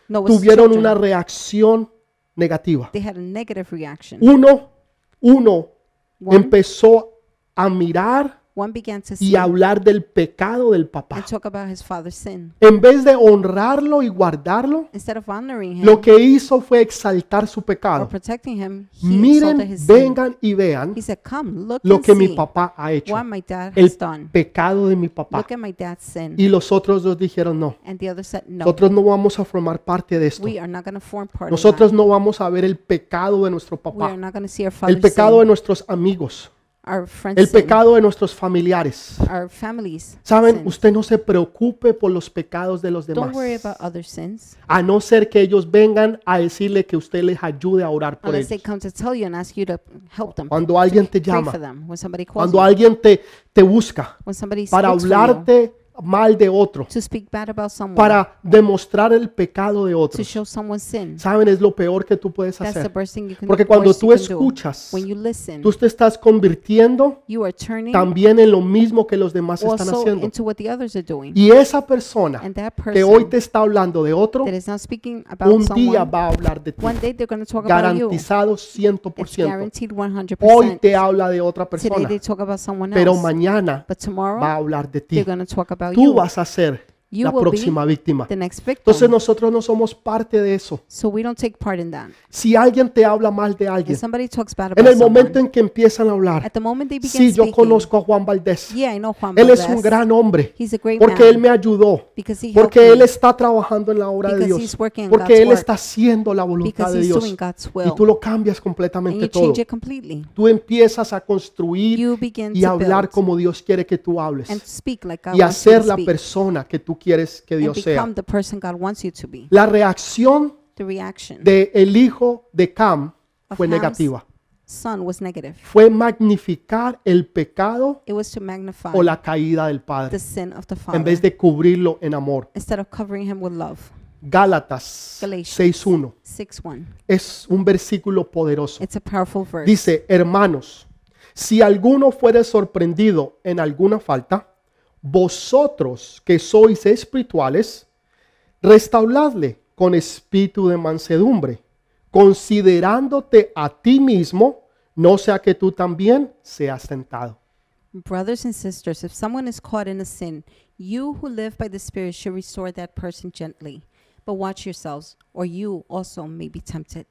S2: Noah's
S1: tuvieron
S2: children,
S1: una reacción negativa.
S2: they had a negative reaction.
S1: Uno, uno
S2: One
S1: empezó a mirar
S2: One began to
S1: y
S2: sin
S1: hablar del pecado del papá.
S2: and talk about his father's sin.
S1: En vez de honrarlo y guardarlo,
S2: Instead of honoring him
S1: lo que hizo fue exaltar su
S2: Mm. or
S1: pecado.
S2: protecting him, he exalted
S1: Miren,
S2: his sin.
S1: vengan y vean
S2: He said, Come, look
S1: lo
S2: and
S1: que mi
S2: see
S1: papá ha hecho.
S2: what my dad
S1: El
S2: has done.
S1: pecado de mi papá.
S2: Look at my dad's sin.
S1: Y los otros dos dijeron, no,
S2: and the other said, No,
S1: nosotros no vamos a formar parte de esto.
S2: we are not going to form part
S1: Nosotros
S2: of
S1: no vamos a ver el pecado de nuestro
S2: that. We are
S1: papá.
S2: not going to see our father's
S1: El pecado de
S2: sin,
S1: nuestros amigos.
S2: our friends'
S1: El
S2: sin,
S1: pecado de nuestros familiares.
S2: our families.
S1: Saben,
S2: sin.
S1: usted no se preocupe por los pecados de los
S2: Don't
S1: demás.
S2: worry about other sins
S1: A no ser que ellos vengan a decirle que usted les ayude a orar por
S2: unless they
S1: ellos.
S2: come to tell you and ask you to help them,
S1: Cuando alguien te
S2: pray
S1: llama,
S2: for them. When somebody calls
S1: cuando
S2: you,
S1: alguien te, te busca
S2: when somebody
S1: para
S2: speaks for you,
S1: hablarte mal de otro,
S2: to speak bad about someone,
S1: para demostrar el pecado de
S2: to
S1: otro.
S2: show someone sin.
S1: Saben, es lo peor que tú puedes
S2: That's the
S1: hacer.
S2: worst thing you can
S1: Porque
S2: do.
S1: cuando
S2: worst
S1: tú
S2: you can do.
S1: escuchas,
S2: when you listen,
S1: Tú te estás convirtiendo
S2: you are turning
S1: también en lo mismo que los demás están
S2: also
S1: haciendo.
S2: into what the others are doing.
S1: Y esa persona
S2: and that
S1: que hoy
S2: person
S1: te está hablando de otro,
S2: that is not speaking about
S1: un día
S2: someone,
S1: va a hablar de ti.
S2: one day they're going to talk about you.
S1: Garantizado
S2: It's
S1: 100%.
S2: guaranteed 100%.
S1: Hoy te habla de otra
S2: Today
S1: persona,
S2: they talk about someone
S1: pero
S2: else,
S1: mañana
S2: but tomorrow
S1: va a hablar de
S2: they're
S1: ti.
S2: going to talk about
S1: Tú
S2: you.
S1: vas a ser
S2: You
S1: la
S2: will be
S1: próxima víctima.
S2: the next victim.
S1: Entonces nosotros no somos parte de eso.
S2: so we don't take part in that.
S1: Si alguien te habla mal de alguien,
S2: If somebody talks bad about
S1: en el
S2: someone,
S1: momento en que empiezan a hablar,
S2: at the moment they begin
S1: si yo
S2: speaking,
S1: conozco a Juan Valdés,
S2: yeah, I know Juan
S1: él es un
S2: Valdez.
S1: gran hombre,
S2: He's a great
S1: porque
S2: man
S1: él me ayudó,
S2: because he helped
S1: Porque Él
S2: me,
S1: está trabajando en la obra de
S2: Because
S1: Dios.
S2: he's working in
S1: Porque
S2: God's
S1: Él
S2: work.
S1: está haciendo la voluntad
S2: because
S1: de
S2: he's
S1: Dios.
S2: doing God's
S1: Y
S2: will.
S1: tú lo cambias
S2: and
S1: completamente
S2: you
S1: todo.
S2: change it completely.
S1: Tú empiezas a construir
S2: You begin
S1: y
S2: to
S1: a hablar
S2: build
S1: como Dios quiere que tú hables.
S2: and speak like God
S1: Y a
S2: wants you
S1: ser
S2: to
S1: la
S2: speak
S1: persona que tú quieres que
S2: and
S1: Dios sea.
S2: become the person God wants you to be.
S1: La reacción
S2: The reaction
S1: del el hijo de Cam
S2: of
S1: fue
S2: Ham's
S1: negativa.
S2: son was negative.
S1: Fue magnificar el pecado
S2: It was to magnify
S1: o la caída del
S2: the
S1: Padre
S2: sin of the father
S1: en vez de cubrirlo en amor.
S2: instead of covering him with love.
S1: Gálatas
S2: Galatians.
S1: 6.1
S2: 6 1.
S1: es un versículo poderoso.
S2: It's a powerful verse.
S1: Dice, hermanos, si alguno fuere sorprendido en alguna falta, vosotros que sois espirituales, restauradle con espíritu de mansedumbre, considerándote a ti mismo, no sea que tú también seas tentado.
S2: Brothers and sisters, if someone is caught in a sin, you who live by the Spirit should restore that person gently. But watch yourselves, or you also may be tempted.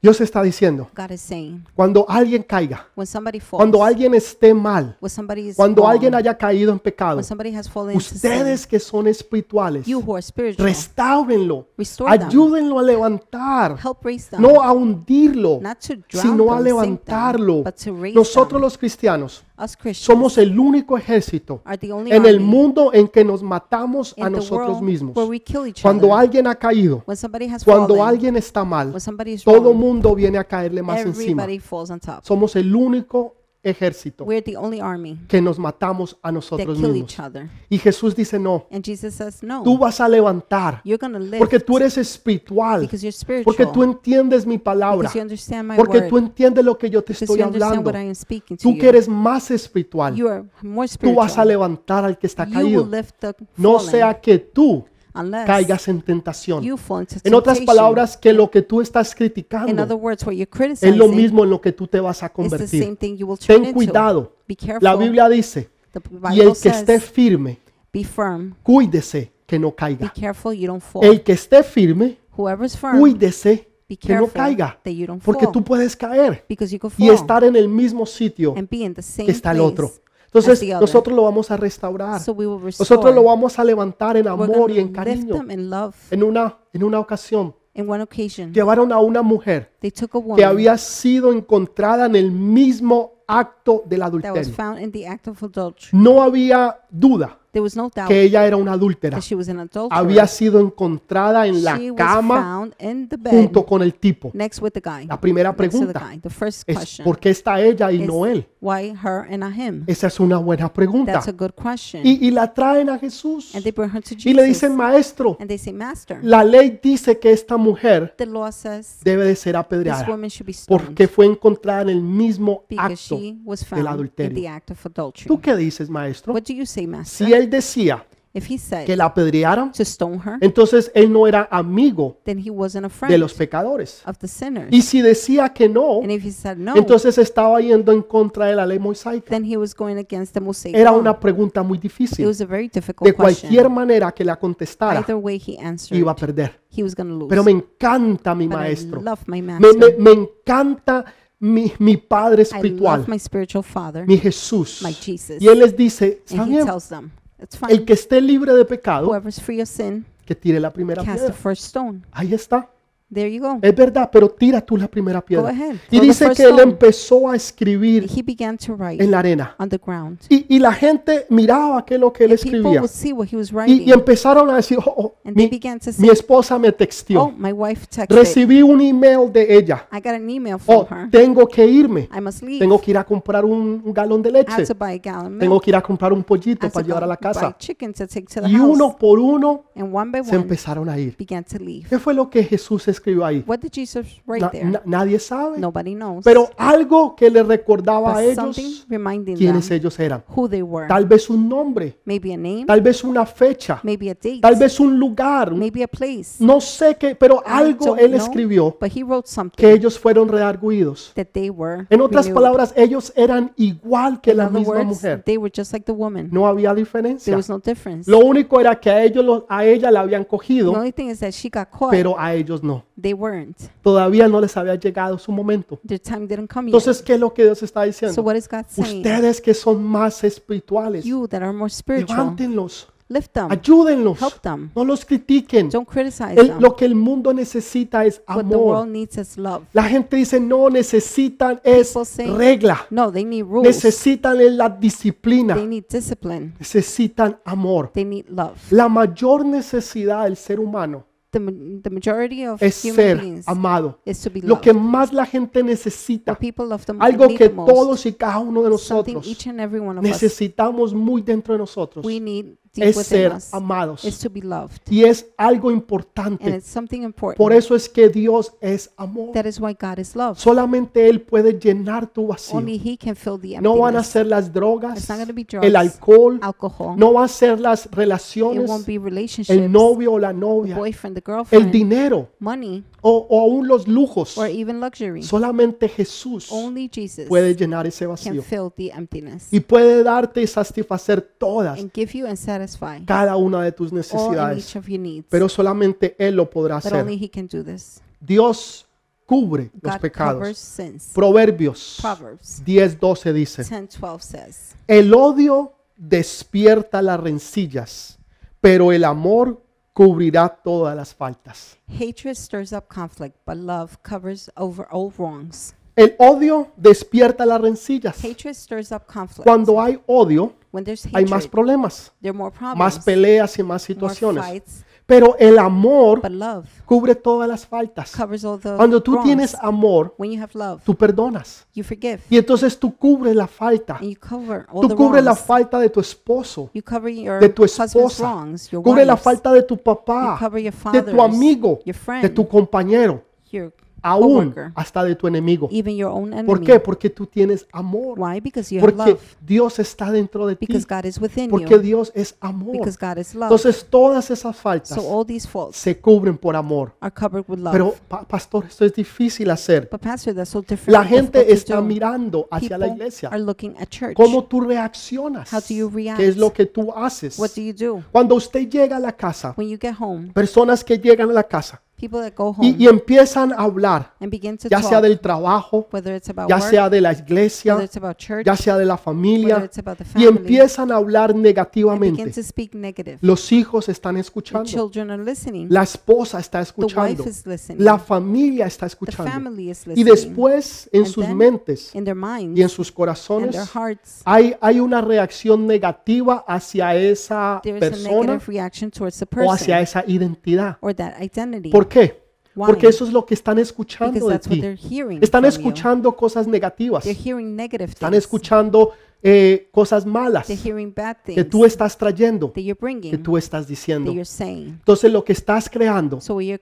S1: Dios está diciendo,
S2: God is saying,
S1: cuando alguien caiga,
S2: when somebody falls,
S1: cuando alguien esté mal,
S2: when somebody is
S1: cuando
S2: wrong,
S1: alguien haya caído en pecado,
S2: when somebody has fallen into sin,
S1: ustedes que son espirituales,
S2: you who are spiritual,
S1: restáurenlo,
S2: Restore them.
S1: ayúdenlo a levantar.
S2: help raise them,
S1: no a hundirlo,
S2: not to drown
S1: sino a
S2: them, sink them,
S1: levantarlo.
S2: but to raise
S1: Nosotros
S2: them.
S1: los cristianos
S2: Us Christians
S1: somos el único ejército
S2: are the only
S1: en el
S2: army
S1: mundo en que nos matamos
S2: in
S1: a
S2: the
S1: nosotros
S2: world
S1: mismos.
S2: where we kill each
S1: Cuando
S2: other.
S1: alguien ha caído,
S2: When somebody has
S1: cuando
S2: fallen,
S1: alguien está mal,
S2: when somebody is
S1: todo
S2: wrong,
S1: mundo viene a caerle más encima.
S2: everybody falls on top.
S1: Somos el único ejército
S2: We're the only army
S1: que nos matamos a
S2: that
S1: nosotros
S2: kill
S1: mismos.
S2: each other.
S1: Y Jesús dice, no,
S2: And Jesus says, no,
S1: tú vas a levantar,
S2: you're going to live
S1: porque tú eres espiritual,
S2: because you're spiritual,
S1: porque tú entiendes mi palabra,
S2: because you understand my
S1: porque
S2: word,
S1: tú entiendes lo que yo te
S2: because
S1: estoy
S2: you understand
S1: hablando.
S2: what I am speaking to
S1: Tú
S2: you.
S1: que eres más espiritual,
S2: you are more
S1: tú
S2: spiritual.
S1: vas a levantar al que está
S2: you will
S1: caído.
S2: lift the
S1: No
S2: fallen
S1: sea que tú
S2: unless
S1: caigas en tentación.
S2: you fall into
S1: En otras
S2: temptation.
S1: palabras, que lo que tú estás
S2: in other
S1: criticando
S2: words, what you're
S1: es
S2: criticizing
S1: lo mismo en lo que tú te vas a
S2: is the
S1: convertir.
S2: same thing you will turn
S1: Ten
S2: into.
S1: cuidado.
S2: Be careful.
S1: La Biblia dice,
S2: the
S1: y
S2: Bible
S1: el que
S2: says,
S1: esté firme,
S2: be firm.
S1: cuídese que no
S2: Be
S1: caiga.
S2: careful you don't fall.
S1: El que esté firme,
S2: Whoever's firm,
S1: cuídese
S2: be
S1: que no
S2: careful
S1: caiga.
S2: that you don't fall.
S1: Porque tú puedes caer
S2: because you could fall
S1: y estar en el mismo sitio
S2: and be in the same
S1: que está el
S2: place
S1: otro.
S2: as
S1: Entonces
S2: the other.
S1: nosotros lo vamos a restaurar.
S2: So we will restore.
S1: Nosotros lo vamos a levantar en
S2: We're
S1: amor y
S2: gonna
S1: en
S2: lift
S1: cariño.
S2: them in love.
S1: En una, en una ocasión
S2: In one occasion,
S1: llevaron a una mujer
S2: they took
S1: que
S2: a woman
S1: había sido encontrada en el mismo acto del
S2: that was
S1: adulterio.
S2: found in the act of adultery.
S1: No había duda
S2: There was no doubt
S1: que ella era una adúltera.
S2: that she was an adulterer.
S1: Había sido encontrada en la
S2: she was
S1: cama
S2: found in the bed
S1: junto con el tipo.
S2: next with the guy.
S1: La primera
S2: next to the
S1: pregunta
S2: guy. The first
S1: Es
S2: question
S1: ¿por qué está ella y
S2: is
S1: no él?
S2: why her and not him.
S1: Esa es una buena pregunta.
S2: That's a good question.
S1: Y, y la traen a Jesús
S2: and they bring her to Jesus.
S1: y le dicen, maestro,
S2: and they say, Master,
S1: la ley dice que esta mujer
S2: the law says
S1: debe de ser
S2: this
S1: apedreada.
S2: woman should be stoned
S1: porque fue encontrada en el mismo
S2: because
S1: acto.
S2: she was found in
S1: adulterio.
S2: the act of adultery.
S1: ¿Tú qué dices, maestro?
S2: What do you say, Master?
S1: Si él decía
S2: If he said
S1: que la apedrearan,
S2: to stone her,
S1: entonces él no era amigo
S2: then he wasn't a friend
S1: de los pecadores.
S2: of the sinners.
S1: Y si decía que no,
S2: and if he said no,
S1: entonces estaba yendo en contra de la ley mosaica.
S2: then he was going against the Mosaic
S1: Era
S2: law.
S1: una pregunta muy
S2: It
S1: difícil.
S2: was a very difficult
S1: De cualquier
S2: question.
S1: manera que la contestara,
S2: Either way he answered,
S1: iba a perder.
S2: he was going to lose.
S1: Pero me encanta mi
S2: But I
S1: maestro.
S2: love my
S1: Me,
S2: master.
S1: me- me encanta mi, mi padre
S2: I
S1: espiritual,
S2: love my spiritual father.
S1: mi Jesús.
S2: my Jesus.
S1: Y él les dice, está
S2: and he
S1: bien,
S2: tells them, it's fine.
S1: el que esté libre de pecado,
S2: Whoever's free of sin,
S1: que tire la primera
S2: cast the
S1: piedra.
S2: first stone.
S1: Ahí está.
S2: There you go.
S1: Es verdad, pero tira tú la primera
S2: Go
S1: piedra.
S2: ahead.
S1: Y
S2: Throw the
S1: dice
S2: first
S1: que él
S2: stone.
S1: empezó a escribir
S2: He began to write
S1: en la arena.
S2: on the ground.
S1: Y, y la gente miraba que lo que él
S2: And people
S1: escribía.
S2: would see what he was
S1: Y, y
S2: writing.
S1: empezaron a decir, "Oh, oh,
S2: and they
S1: mi,
S2: began to
S1: mi
S2: say,
S1: esposa me
S2: oh,
S1: textió.
S2: my wife texted.
S1: Recibí un email de ella.
S2: I got an email from
S1: Oh,
S2: her.
S1: tengo que irme.
S2: I must leave.
S1: Tengo que ir a comprar un, un galón de
S2: I had
S1: leche.
S2: to buy a gallon
S1: Tengo
S2: milk.
S1: que ir a comprar un
S2: I
S1: pollito
S2: had to
S1: para llevar a
S2: go
S1: la
S2: buy
S1: casa.
S2: chicken to take to the
S1: Y
S2: house.
S1: uno por uno
S2: and one by
S1: se
S2: one
S1: empezaron a ir.
S2: began to leave.
S1: ¿Qué fue lo que Jesús escribió ahí?
S2: What did Jesus write
S1: Na-
S2: there?
S1: na- nadie sabe.
S2: Nobody knows.
S1: Pero algo que le recordaba a
S2: but something
S1: ellos
S2: reminding them Mm-hmm.
S1: quiénes ellos eran.
S2: who they were.
S1: Tal vez un nombre,
S2: maybe a name,
S1: tal vez una fecha,
S2: maybe a date,
S1: tal vez un lugar, un-
S2: maybe a place.
S1: no sé qué, pero
S2: I
S1: algo
S2: don't
S1: él
S2: know,
S1: escribió
S2: But he wrote something
S1: que ellos fueron redarguidos.
S2: that they were.
S1: En otras
S2: renewed.
S1: palabras, ellos eran igual que
S2: In
S1: la
S2: other
S1: misma
S2: words,
S1: mujer.
S2: they were just like the woman.
S1: No había
S2: there
S1: diferencia.
S2: was no difference.
S1: Lo único era que a ellos lo- a ella la habían
S2: the
S1: cogido,
S2: only thing is that she got caught.
S1: pero a ellos no.
S2: they weren't.
S1: Todavía no les había llegado su momento.
S2: Their time didn't come
S1: Entonces, ¿qué es lo que Dios está
S2: yet. So
S1: diciendo?
S2: what is God saying?
S1: Ustedes que son más espirituales,
S2: you that are more spiritual,
S1: levántenlos,
S2: lift them,
S1: ayúdenlos,
S2: help them.
S1: no los critiquen.
S2: Don't criticize
S1: El-
S2: them.
S1: lo que el mundo necesita es
S2: what the world
S1: amor.
S2: needs is love.
S1: La gente dice, no, necesitan es
S2: People say-
S1: regla,
S2: No, they need rules.
S1: necesitan es la
S2: They
S1: disciplina,
S2: need discipline.
S1: necesitan amor.
S2: They need love.
S1: La mayor necesidad del ser humano
S2: The, ma- the majority of
S1: es
S2: human
S1: ser
S2: beings
S1: amado.
S2: is to be
S1: Lo
S2: loved.
S1: que más la gente
S2: The
S1: necesita,
S2: people love them
S1: algo
S2: need
S1: que
S2: the most.
S1: todos y cada uno de
S2: Something
S1: nosotros
S2: each and every one of us
S1: necesitamos muy dentro de nosotros,
S2: we need deep
S1: es
S2: within
S1: ser
S2: us is
S1: amados.
S2: to be loved.
S1: Y es algo
S2: And
S1: importante.
S2: it's something
S1: Por
S2: important.
S1: eso es que Dios es amor.
S2: That is why God is love.
S1: Solamente Él puede llenar tu vacío.
S2: Only He can fill the
S1: No van a
S2: emptiness.
S1: ser las drogas,
S2: It's not gonna be drugs,
S1: el alcohol,
S2: Alcohol.
S1: no van a ser las
S2: It
S1: relaciones,
S2: won't be relationships.
S1: el novio o la novia,
S2: boyfriend, the
S1: el
S2: girlfriend.
S1: dinero
S2: Money
S1: o, o aún los lujos.
S2: or even luxury.
S1: Solamente Jesús
S2: Only Jesus
S1: puede llenar ese
S2: can
S1: vacío
S2: fill the emptiness.
S1: y puede darte y satisfacer todas,
S2: and give you and satisfy
S1: cada una de tus
S2: all and each
S1: necesidades.
S2: of your needs.
S1: Pero solamente Él lo podrá
S2: but
S1: hacer.
S2: only He can do this.
S1: Dios cubre los
S2: God covers
S1: pecados.
S2: sins.
S1: Proverbios
S2: Proverbs
S1: 10:12 dice,
S2: 10 12 says,
S1: el odio despierta las rencillas, pero el amor cubrirá todas las faltas.
S2: Hatred stirs up conflict, but love covers over all wrongs.
S1: El odio despierta las rencillas.
S2: Hatred stirs up conflict.
S1: Cuando hay odio,
S2: when there's
S1: hay
S2: hatred,
S1: más problemas,
S2: there are more problems,
S1: más peleas y más
S2: more
S1: situaciones.
S2: fights,
S1: Pero el amor
S2: but love
S1: cubre todas las faltas.
S2: covers all the
S1: Cuando tú
S2: wrongs.
S1: tienes amor,
S2: when you have love,
S1: tú perdonas.
S2: you forgive,
S1: Y entonces tú cubres la falta.
S2: and you cover all
S1: Tú
S2: the
S1: cubres la
S2: wrongs.
S1: falta de tu esposo.
S2: you cover your
S1: de tu
S2: husband's
S1: esposa.
S2: wrongs, your
S1: Cubre la
S2: wife's,
S1: falta de tu
S2: you
S1: papá,
S2: cover your
S1: de
S2: father's,
S1: tu amigo,
S2: your friend,
S1: de tu compañero,
S2: your
S1: aún
S2: coworker,
S1: hasta de tu enemigo.
S2: even your own enemy.
S1: ¿Por qué? Porque tú tienes amor.
S2: Why? Because you have
S1: Porque
S2: love.
S1: Dios está dentro de ti.
S2: Because God is within
S1: Porque
S2: you.
S1: Dios es amor.
S2: Because God is love.
S1: Entonces todas esas faltas
S2: So all these faults
S1: se cubren por amor.
S2: are covered with love.
S1: Pero pa- pastor, esto es difícil hacer.
S2: but pastor, that's so different.
S1: La gente
S2: difficult to
S1: está
S2: do.
S1: mirando hacia la
S2: People
S1: iglesia.
S2: are looking at church.
S1: ¿Cómo tú reaccionas?
S2: How do you
S1: ¿Qué es
S2: react?
S1: lo que tú haces?
S2: What do you do
S1: Cuando usted llega a la casa,
S2: when you get home?
S1: personas que llegan a la casa
S2: People that go home
S1: y, y empiezan a hablar,
S2: and begin to
S1: ya
S2: talk,
S1: sea del trabajo,
S2: whether it's about
S1: ya
S2: work,
S1: sea de la
S2: whether
S1: iglesia,
S2: it's about church,
S1: ya sea de la
S2: whether
S1: familia,
S2: it's about the
S1: y
S2: family,
S1: empiezan a hablar
S2: begin
S1: negativamente.
S2: to speak negative.
S1: Los hijos están
S2: The
S1: escuchando,
S2: children are listening.
S1: la esposa está
S2: the
S1: escuchando,
S2: wife is listening.
S1: la familia está
S2: the
S1: escuchando.
S2: family is
S1: Y
S2: listening.
S1: después en
S2: And
S1: sus
S2: then,
S1: mentes
S2: in their minds
S1: y en sus
S2: and
S1: corazones
S2: their hearts,
S1: hay, hay una reacción negativa hacia esa
S2: there is a
S1: persona
S2: negative reaction towards the
S1: o
S2: person
S1: hacia esa identidad.
S2: or that identity.
S1: ¿Por qué?
S2: Why?
S1: Porque eso es lo que están
S2: because
S1: escuchando de
S2: that's what
S1: ti.
S2: they're hearing.
S1: Están
S2: from you.
S1: escuchando cosas negativas.
S2: They're hearing negative
S1: Están
S2: things.
S1: escuchando eh, cosas malas
S2: They're hearing bad
S1: que
S2: things
S1: tú estás trayendo,
S2: that you're
S1: que
S2: bringing,
S1: tú estás
S2: that
S1: diciendo.
S2: you're saying.
S1: Entonces lo que estás creando
S2: So what you're
S1: es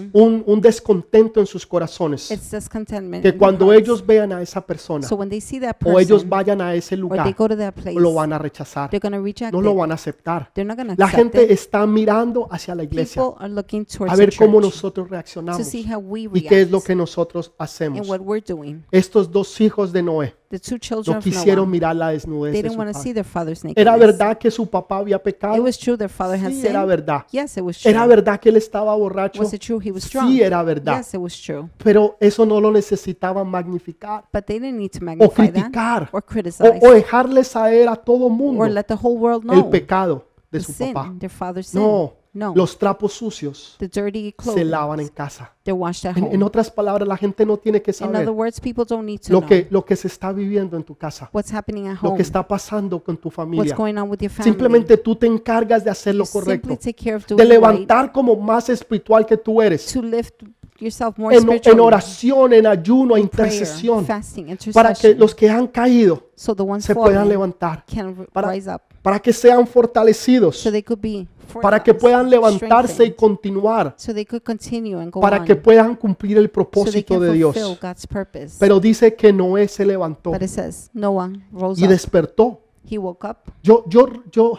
S2: creating,
S1: un, un descontento en sus corazones.
S2: it's discontentment. in
S1: Que
S2: their
S1: cuando
S2: hearts.
S1: ellos vean a esa persona
S2: so when they see that
S1: o ellos
S2: person,
S1: vayan a ese
S2: or they
S1: lugar,
S2: go to that place,
S1: lo van a rechazar,
S2: they're going to reject
S1: no lo
S2: it.
S1: van a aceptar.
S2: They're not going to
S1: La
S2: accept it.
S1: gente está mirando hacia la iglesia
S2: People are looking towards
S1: a
S2: the
S1: ver cómo
S2: church
S1: nosotros
S2: to
S1: reaccionamos
S2: see how we
S1: y
S2: react
S1: qué es lo que nosotros hacemos.
S2: and what we're doing.
S1: Estos dos hijos de Noé
S2: The two
S1: no
S2: children of
S1: quisieron
S2: Noah,
S1: mirar la desnudez
S2: they
S1: de
S2: didn't
S1: su
S2: want to see
S1: padre.
S2: their father's
S1: Era
S2: nakedness.
S1: verdad que su papá había
S2: It
S1: pecado.
S2: was true their father had
S1: Sí, era
S2: sinned.
S1: verdad.
S2: Yes, it was true.
S1: Era verdad que él estaba borracho.
S2: Was it true he was drunk?
S1: Sí, era verdad.
S2: Yes, it was true.
S1: Pero eso no lo necesitaba magnificar
S2: But they didn't need to
S1: o
S2: magnify that
S1: criticar
S2: or
S1: o,
S2: criticize
S1: o dejarle saber a todo mundo
S2: or let the whole world
S1: el
S2: know
S1: pecado de
S2: the
S1: su
S2: sin,
S1: papá.
S2: their father's sin.
S1: No,
S2: no.
S1: los trapos sucios
S2: the dirty
S1: se
S2: clothes,
S1: lavan en casa.
S2: they're washed at
S1: En, en
S2: home.
S1: otras palabras, la gente no tiene que
S2: In
S1: saber
S2: other words, people don't need to
S1: lo que,
S2: know
S1: lo que se está viviendo en tu casa,
S2: what's happening at
S1: lo
S2: home,
S1: que está pasando con tu
S2: what's
S1: familia.
S2: going on with your family.
S1: Simplemente tú te encargas de hacer
S2: You
S1: lo correcto,
S2: simply take care of doing
S1: de
S2: right.
S1: levantar como más espiritual que tú eres,
S2: to lift yourself more
S1: en, en
S2: spiritually,
S1: oración, en ayuno, en
S2: prayer,
S1: intercesión,
S2: fasting,
S1: para que
S2: intercession,
S1: los que han caído
S2: so the ones
S1: se puedan
S2: fallen
S1: levantar,
S2: can r-
S1: para-
S2: rise up,
S1: para que sean fortalecidos,
S2: so they could be
S1: para que
S2: fortified,
S1: puedan levantarse y
S2: strengthened,
S1: continuar,
S2: so they could continue and go
S1: para
S2: on,
S1: que puedan cumplir el
S2: so they
S1: propósito
S2: can
S1: de
S2: fulfill
S1: Dios.
S2: God's purpose.
S1: Pero dice que Noé se levantó
S2: but it says Noah rose
S1: y
S2: up.
S1: despertó.
S2: He woke up.
S1: Yo, yo, yo,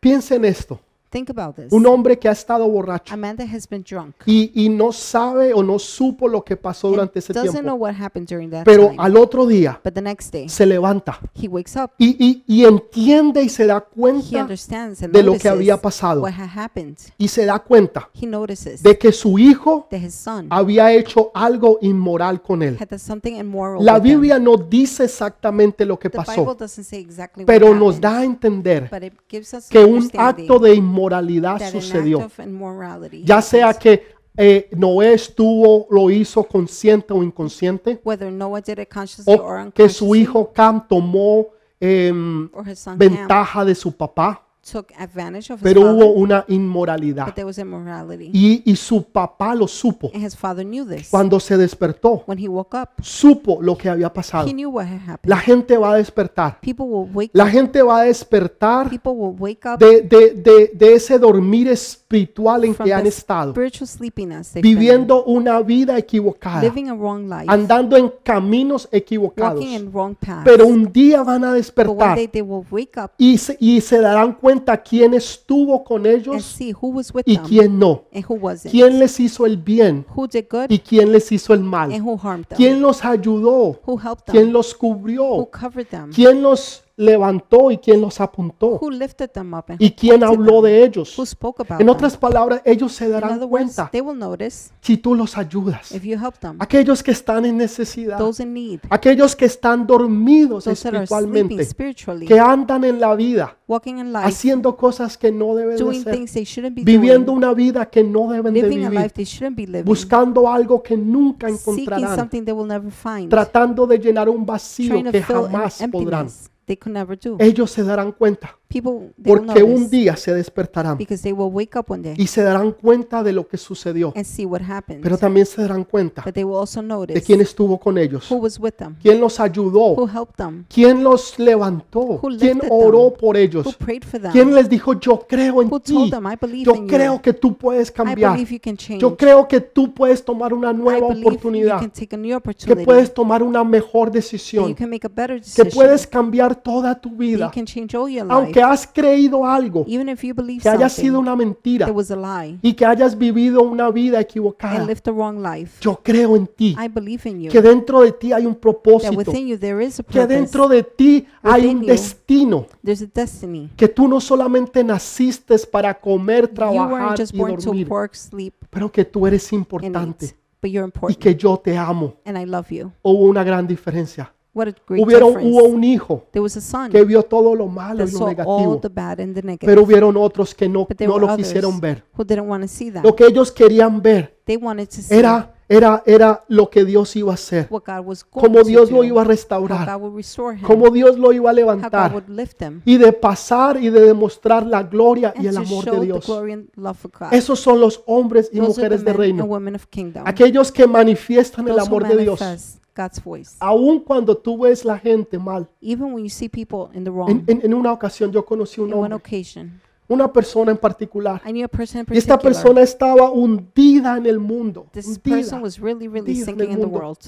S1: piensa en esto.
S2: Think about this.
S1: Un hombre que ha estado borracho
S2: a man that has been drunk
S1: y, y no sabe o no supo lo que pasó durante ese
S2: doesn't know
S1: tiempo.
S2: what happened during that
S1: Pero
S2: time.
S1: al otro día
S2: But the next day
S1: se levanta
S2: he wakes up.
S1: y, y- y entiende y se da
S2: He
S1: cuenta
S2: understands and
S1: de lo que
S2: notices
S1: había pasado.
S2: what had happened.
S1: y se da cuenta
S2: He notices
S1: de que su hijo
S2: that his son
S1: había hecho algo inmoral con él.
S2: had done something immoral.
S1: La
S2: with them.
S1: Biblia no dice exactamente lo que
S2: The Bible
S1: pasó,
S2: doesn't say exactly what
S1: pero nos
S2: happened,
S1: da a entender
S2: but it gives us
S1: que un
S2: understanding
S1: acto de inmoralidad
S2: that an act
S1: sucedió.
S2: of immorality
S1: Ya sea
S2: happened.
S1: que eh, Noé estuvo, lo hizo consciente o inconsciente,
S2: whether Noah did it consciously or
S1: o que su
S2: unconsciously,
S1: hijo Cam tomó em,
S2: or his son Ham
S1: ventaja de su papá,
S2: took advantage of his
S1: pero hubo
S2: father,
S1: una inmoralidad.
S2: but there was immorality,
S1: Y, y su papá lo supo.
S2: and his father knew this.
S1: Cuando se despertó,
S2: When he woke up,
S1: supo lo que había pasado.
S2: he knew what had happened.
S1: La gente va a despertar.
S2: people will wake.
S1: La gente va a despertar
S2: people will wake up
S1: de, de- de- de ese dormir espiritual en
S2: from
S1: que han
S2: the
S1: estado,
S2: spiritual sleepiness, they've been in,
S1: viviendo una vida equivocada,
S2: living a wrong life,
S1: andando en caminos equivocados.
S2: walking in wrong paths.
S1: Pero un día van a
S2: but one
S1: despertar
S2: day they will wake up
S1: y se, y se darán cuenta quién estuvo con
S2: and
S1: ellos
S2: see who was with
S1: y
S2: them
S1: quién no,
S2: and who wasn't.
S1: quién les hizo el bien
S2: who did good
S1: y quién les hizo el
S2: and
S1: mal,
S2: who harmed them,
S1: quién los ayudó,
S2: who helped them,
S1: quién los
S2: who
S1: cubrió,
S2: covered them,
S1: quién los levantó y quién los apuntó.
S2: who lifted them up, and
S1: y quién habló de ellos.
S2: who spoke about
S1: En
S2: them.
S1: otras palabras, ellos se
S2: In
S1: darán
S2: other words,
S1: cuenta
S2: they will notice
S1: si tú los ayudas.
S2: if you help them,
S1: Aquellos que están en necesidad,
S2: those in need,
S1: aquellos que están dormidos
S2: those that are sleeping
S1: espiritualmente,
S2: spiritually,
S1: que andan en la vida
S2: walking in life,
S1: haciendo cosas que no deben de
S2: doing
S1: hacer,
S2: things they shouldn't be
S1: viviendo
S2: doing,
S1: una vida que no deben de
S2: living a life
S1: vivir,
S2: they shouldn't be living,
S1: buscando algo que nunca
S2: seeking
S1: encontrarán,
S2: something they will never find,
S1: tratando de llenar un vacío
S2: trying to
S1: que
S2: fill an
S1: jamás podrán.
S2: emptiness they could never do.
S1: Ellos se darán cuenta
S2: People, they will
S1: porque un
S2: notice
S1: día se despertarán
S2: because they will wake up one day
S1: y se darán cuenta de lo que sucedió.
S2: and see what happened.
S1: pero también se darán cuenta
S2: But they will also
S1: de Oh.
S2: notice
S1: quién estuvo con ellos,
S2: who was with them,
S1: quién los ayudó,
S2: who helped them,
S1: quién los levantó,
S2: Who
S1: quién
S2: lifted
S1: oró
S2: them?
S1: por
S2: who
S1: ellos,
S2: prayed for them,
S1: quién les dijo, yo creo en
S2: who
S1: ti,
S2: told them, I believe
S1: yo
S2: in
S1: creo
S2: you,
S1: que tú puedes
S2: I
S1: cambiar,
S2: believe you can change,
S1: yo creo que tú puedes tomar una
S2: I
S1: nueva
S2: believe you
S1: oportunidad,
S2: can take a new
S1: que
S2: opportunity,
S1: puedes tomar una mejor
S2: that you
S1: decisión,
S2: can make a better
S1: que
S2: decision,
S1: puedes cambiar toda tu
S2: that you
S1: vida,
S2: can change all your life,
S1: aunque has creído algo
S2: even if you believe
S1: que haya sido
S2: something
S1: una mentira
S2: that was a lie
S1: y que hayas vivido una vida
S2: and
S1: equivocada,
S2: lived the wrong life.
S1: yo creo en ti,
S2: I believe in you,
S1: que dentro de ti hay un
S2: that
S1: propósito,
S2: within you there is a
S1: que
S2: purpose,
S1: dentro de ti hay un
S2: you.
S1: destino,
S2: there's a destiny.
S1: que tú no solamente naciste para comer,
S2: You
S1: trabajar
S2: weren't just
S1: y
S2: born to
S1: dormir,
S2: work, sleep,
S1: pero que tú eres
S2: and eat,
S1: importante
S2: but you're
S1: y
S2: important,
S1: que yo te amo.
S2: and I love you.
S1: Hubo una gran diferencia.
S2: What a great
S1: Hubieron,
S2: difference.
S1: hubo un hijo
S2: there was a son
S1: que vio todo lo malo
S2: that
S1: y lo
S2: saw all
S1: negativo,
S2: the bad and the negative,
S1: pero hubieron otros que no,
S2: but there
S1: no
S2: were
S1: lo
S2: others
S1: quisieron ver.
S2: who didn't want to see that.
S1: Lo que ellos querían ver
S2: They wanted to see
S1: era, era, era lo que Dios iba a hacer,
S2: what God was going
S1: cómo
S2: to
S1: Dios
S2: do,
S1: lo iba a
S2: how
S1: restaurar,
S2: God would restore him,
S1: cómo Dios lo iba a
S2: how God
S1: levantar.
S2: would lift him,
S1: y de pasar y de demostrar la gloria
S2: and
S1: y el
S2: to
S1: amor
S2: show
S1: de
S2: the
S1: Dios.
S2: glory and love of God.
S1: Esos son los hombres y
S2: Those are the
S1: mujeres de
S2: men and
S1: reino,
S2: women of kingdom.
S1: aquellos que manifiestan el
S2: Those who
S1: amor de Dios, Ah.
S2: manifest God's voice.
S1: Aun cuando tú ves la gente mal.
S2: Even when you see people in the
S1: En,
S2: wrong,
S1: en- en una ocasión yo conocí un
S2: in
S1: hombre,
S2: one occasion,
S1: una persona en particular.
S2: I knew a person in
S1: Y esta
S2: particular.
S1: persona estaba hundida en el mundo.
S2: This
S1: hundida.
S2: person was really,
S1: hundida
S2: really
S1: en el
S2: sinking in the
S1: mundo.
S2: world.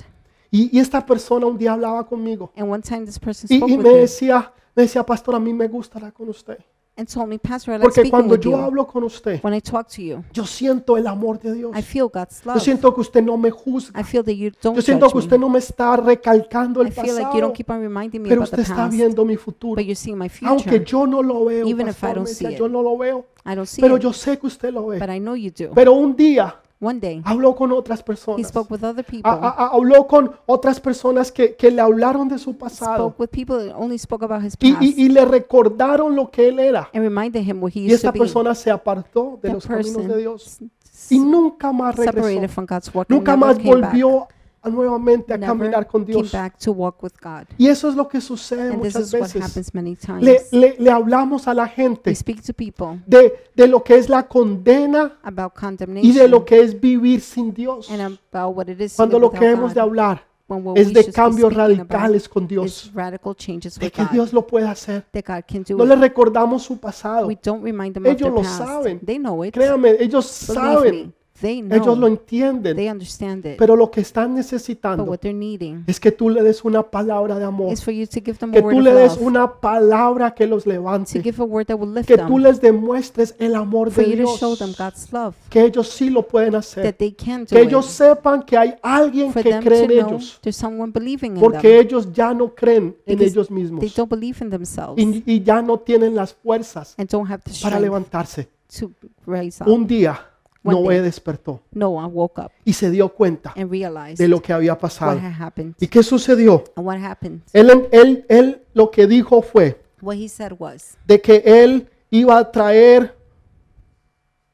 S1: Y, y esta persona un día hablaba conmigo
S2: And one time this person
S1: y,
S2: spoke
S1: y
S2: with
S1: me
S2: me
S1: decía, me decía, pastor, a mí me gustará con usted.
S2: and told me, Pastor, I like
S1: Porque
S2: speaking
S1: cuando
S2: with
S1: yo
S2: you.
S1: hablo con usted,
S2: When I talk to you,
S1: yo siento el amor de Dios.
S2: I feel God's
S1: Yo
S2: love.
S1: siento que usted no me juzga.
S2: I feel that you don't
S1: Yo siento
S2: judge
S1: que
S2: me.
S1: usted no me está recalcando
S2: I
S1: el
S2: feel like you
S1: pasado,
S2: don't keep on reminding me
S1: pero
S2: about
S1: usted
S2: the
S1: está
S2: past,
S1: viendo mi futuro.
S2: but you're seeing my
S1: Aunque
S2: future.
S1: yo no lo veo,
S2: Even if I
S1: pastor,
S2: don't
S1: me decía,
S2: see it.
S1: yo no lo veo,
S2: I don't see
S1: pero
S2: it,
S1: yo sé que usted lo ve.
S2: but I know you do.
S1: Pero un día
S2: One day,
S1: habló con otras
S2: he
S1: personas.
S2: spoke with other
S1: A-
S2: people,
S1: a- a- habló con otras personas que, que le hablaron de su pasado
S2: spoke with people that only spoke about his
S1: y,
S2: past,
S1: y- y le recordaron lo que él era.
S2: and reminded him what he
S1: Y
S2: used
S1: esta
S2: to be.
S1: persona se apartó de
S2: That
S1: los caminos de
S2: person
S1: Dios
S2: s-
S1: y nunca más regresó.
S2: separated from God's walk. and
S1: Nunca más
S2: never came back.
S1: volvió a- nuevamente a
S2: Never
S1: caminar con
S2: came
S1: Dios.
S2: back to walk with God.
S1: Y eso es lo que sucede
S2: And this
S1: muchas
S2: is what
S1: veces.
S2: happens many times.
S1: Le, le- le hablamos a la gente
S2: we speak to people
S1: de, de lo que es la condena
S2: about
S1: y
S2: condemnation
S1: de lo que es vivir sin Dios.
S2: and about what it is
S1: Cuando lo
S2: without
S1: que hemos de
S2: God,
S1: hablar
S2: when what
S1: es
S2: we
S1: de
S2: should be
S1: cambios
S2: speaking about
S1: radicales con Dios,
S2: is radical changes
S1: de
S2: with
S1: que
S2: God,
S1: Dios lo puede hacer.
S2: that God can do
S1: No le
S2: it.
S1: recordamos su pasado.
S2: We don't remind them
S1: Ellos
S2: of
S1: lo
S2: their past.
S1: saben.
S2: They know it.
S1: Créame, ellos
S2: Believe me,
S1: saben,
S2: they know.
S1: ellos lo entienden,
S2: they understand it.
S1: pero lo que están
S2: but
S1: necesitando
S2: what they're needing
S1: es que tú le des una palabra de amor,
S2: is for you to give them
S1: que
S2: a word
S1: tú
S2: of
S1: le des
S2: love,
S1: una palabra que los
S2: to
S1: levante,
S2: give a word that will lift
S1: que tú
S2: them,
S1: les demuestres el amor
S2: for
S1: de
S2: you to
S1: Dios,
S2: show them God's love,
S1: que ellos sí lo pueden hacer,
S2: that they can do
S1: que
S2: it,
S1: ellos sepan que hay alguien
S2: for
S1: que
S2: them
S1: cree
S2: to
S1: en
S2: know
S1: ellos,
S2: there's someone believing in them.
S1: porque ellos ya no creen en
S2: Because
S1: ellos
S2: They
S1: mismos
S2: don't believe in themselves
S1: y, y ya no tienen las fuerzas
S2: and don't have the
S1: para
S2: strength
S1: levantarse.
S2: to rise up.
S1: Un día
S2: One
S1: Noé
S2: day.
S1: despertó
S2: Noah woke up
S1: y se dio cuenta
S2: and realized
S1: de lo que había
S2: what
S1: pasado.
S2: had happened.
S1: ¿Y qué sucedió?
S2: And what happened?
S1: Él, em, él, él lo que dijo fue
S2: What he said was
S1: de que él iba a traer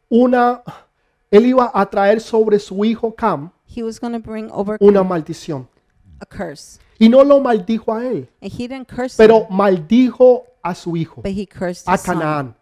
S1: una, él iba a traer sobre su hijo Cam
S2: he was going to bring over
S1: una maldición.
S2: a curse.
S1: Y no lo maldijo a él,
S2: And he didn't curse him,
S1: pero maldijo a su hijo,
S2: but he cursed
S1: a
S2: his Pues, son.
S1: Canaán.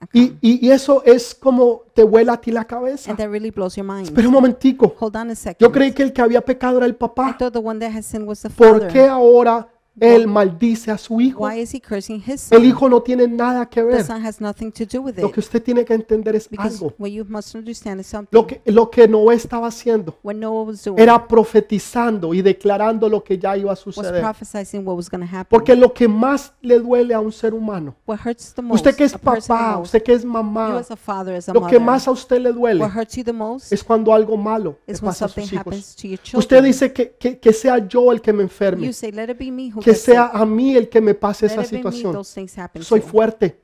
S2: a
S1: Y,
S2: Canaán.
S1: y- y eso es como te vuela a ti la cabeza.
S2: And that really blows your mind.
S1: Pero un momentico,
S2: Hold on a second.
S1: yo creí que el que había pecado era el
S2: I
S1: papá.
S2: thought the one that had sinned was the
S1: ¿Por
S2: father.
S1: qué ahora él maldice a su hijo?
S2: Why is he cursing his
S1: El
S2: son?
S1: hijo no tiene nada que
S2: The
S1: ver.
S2: son has nothing to do with
S1: Lo
S2: it.
S1: que usted tiene que entender es
S2: Este, Because
S1: algo.
S2: what you must understand is something.
S1: Lo que, lo que Noé estaba haciendo
S2: what Noah was doing
S1: era profetizando y declarando lo que ya iba a
S2: was
S1: suceder.
S2: prophesizing what was going to happen.
S1: Porque lo que más le duele a un ser humano,
S2: What hurts the most?
S1: usted que es
S2: a person the
S1: papá,
S2: most,
S1: usted que es
S2: you
S1: mamá,
S2: as a father, as a
S1: lo que
S2: mother.
S1: más a usted le duele
S2: what hurts you the most
S1: es cuando algo malo le
S2: is when
S1: pasa a
S2: something
S1: sus hijos.
S2: happens to your
S1: Usted
S2: children.
S1: dice que, que- que sea yo el que me enferme,
S2: you say, "Let it be me who
S1: que
S2: gets sick.
S1: sea a mí el que me pase
S2: Let
S1: esa
S2: it be me
S1: situación.
S2: those things happen
S1: Soy
S2: to.
S1: fuerte,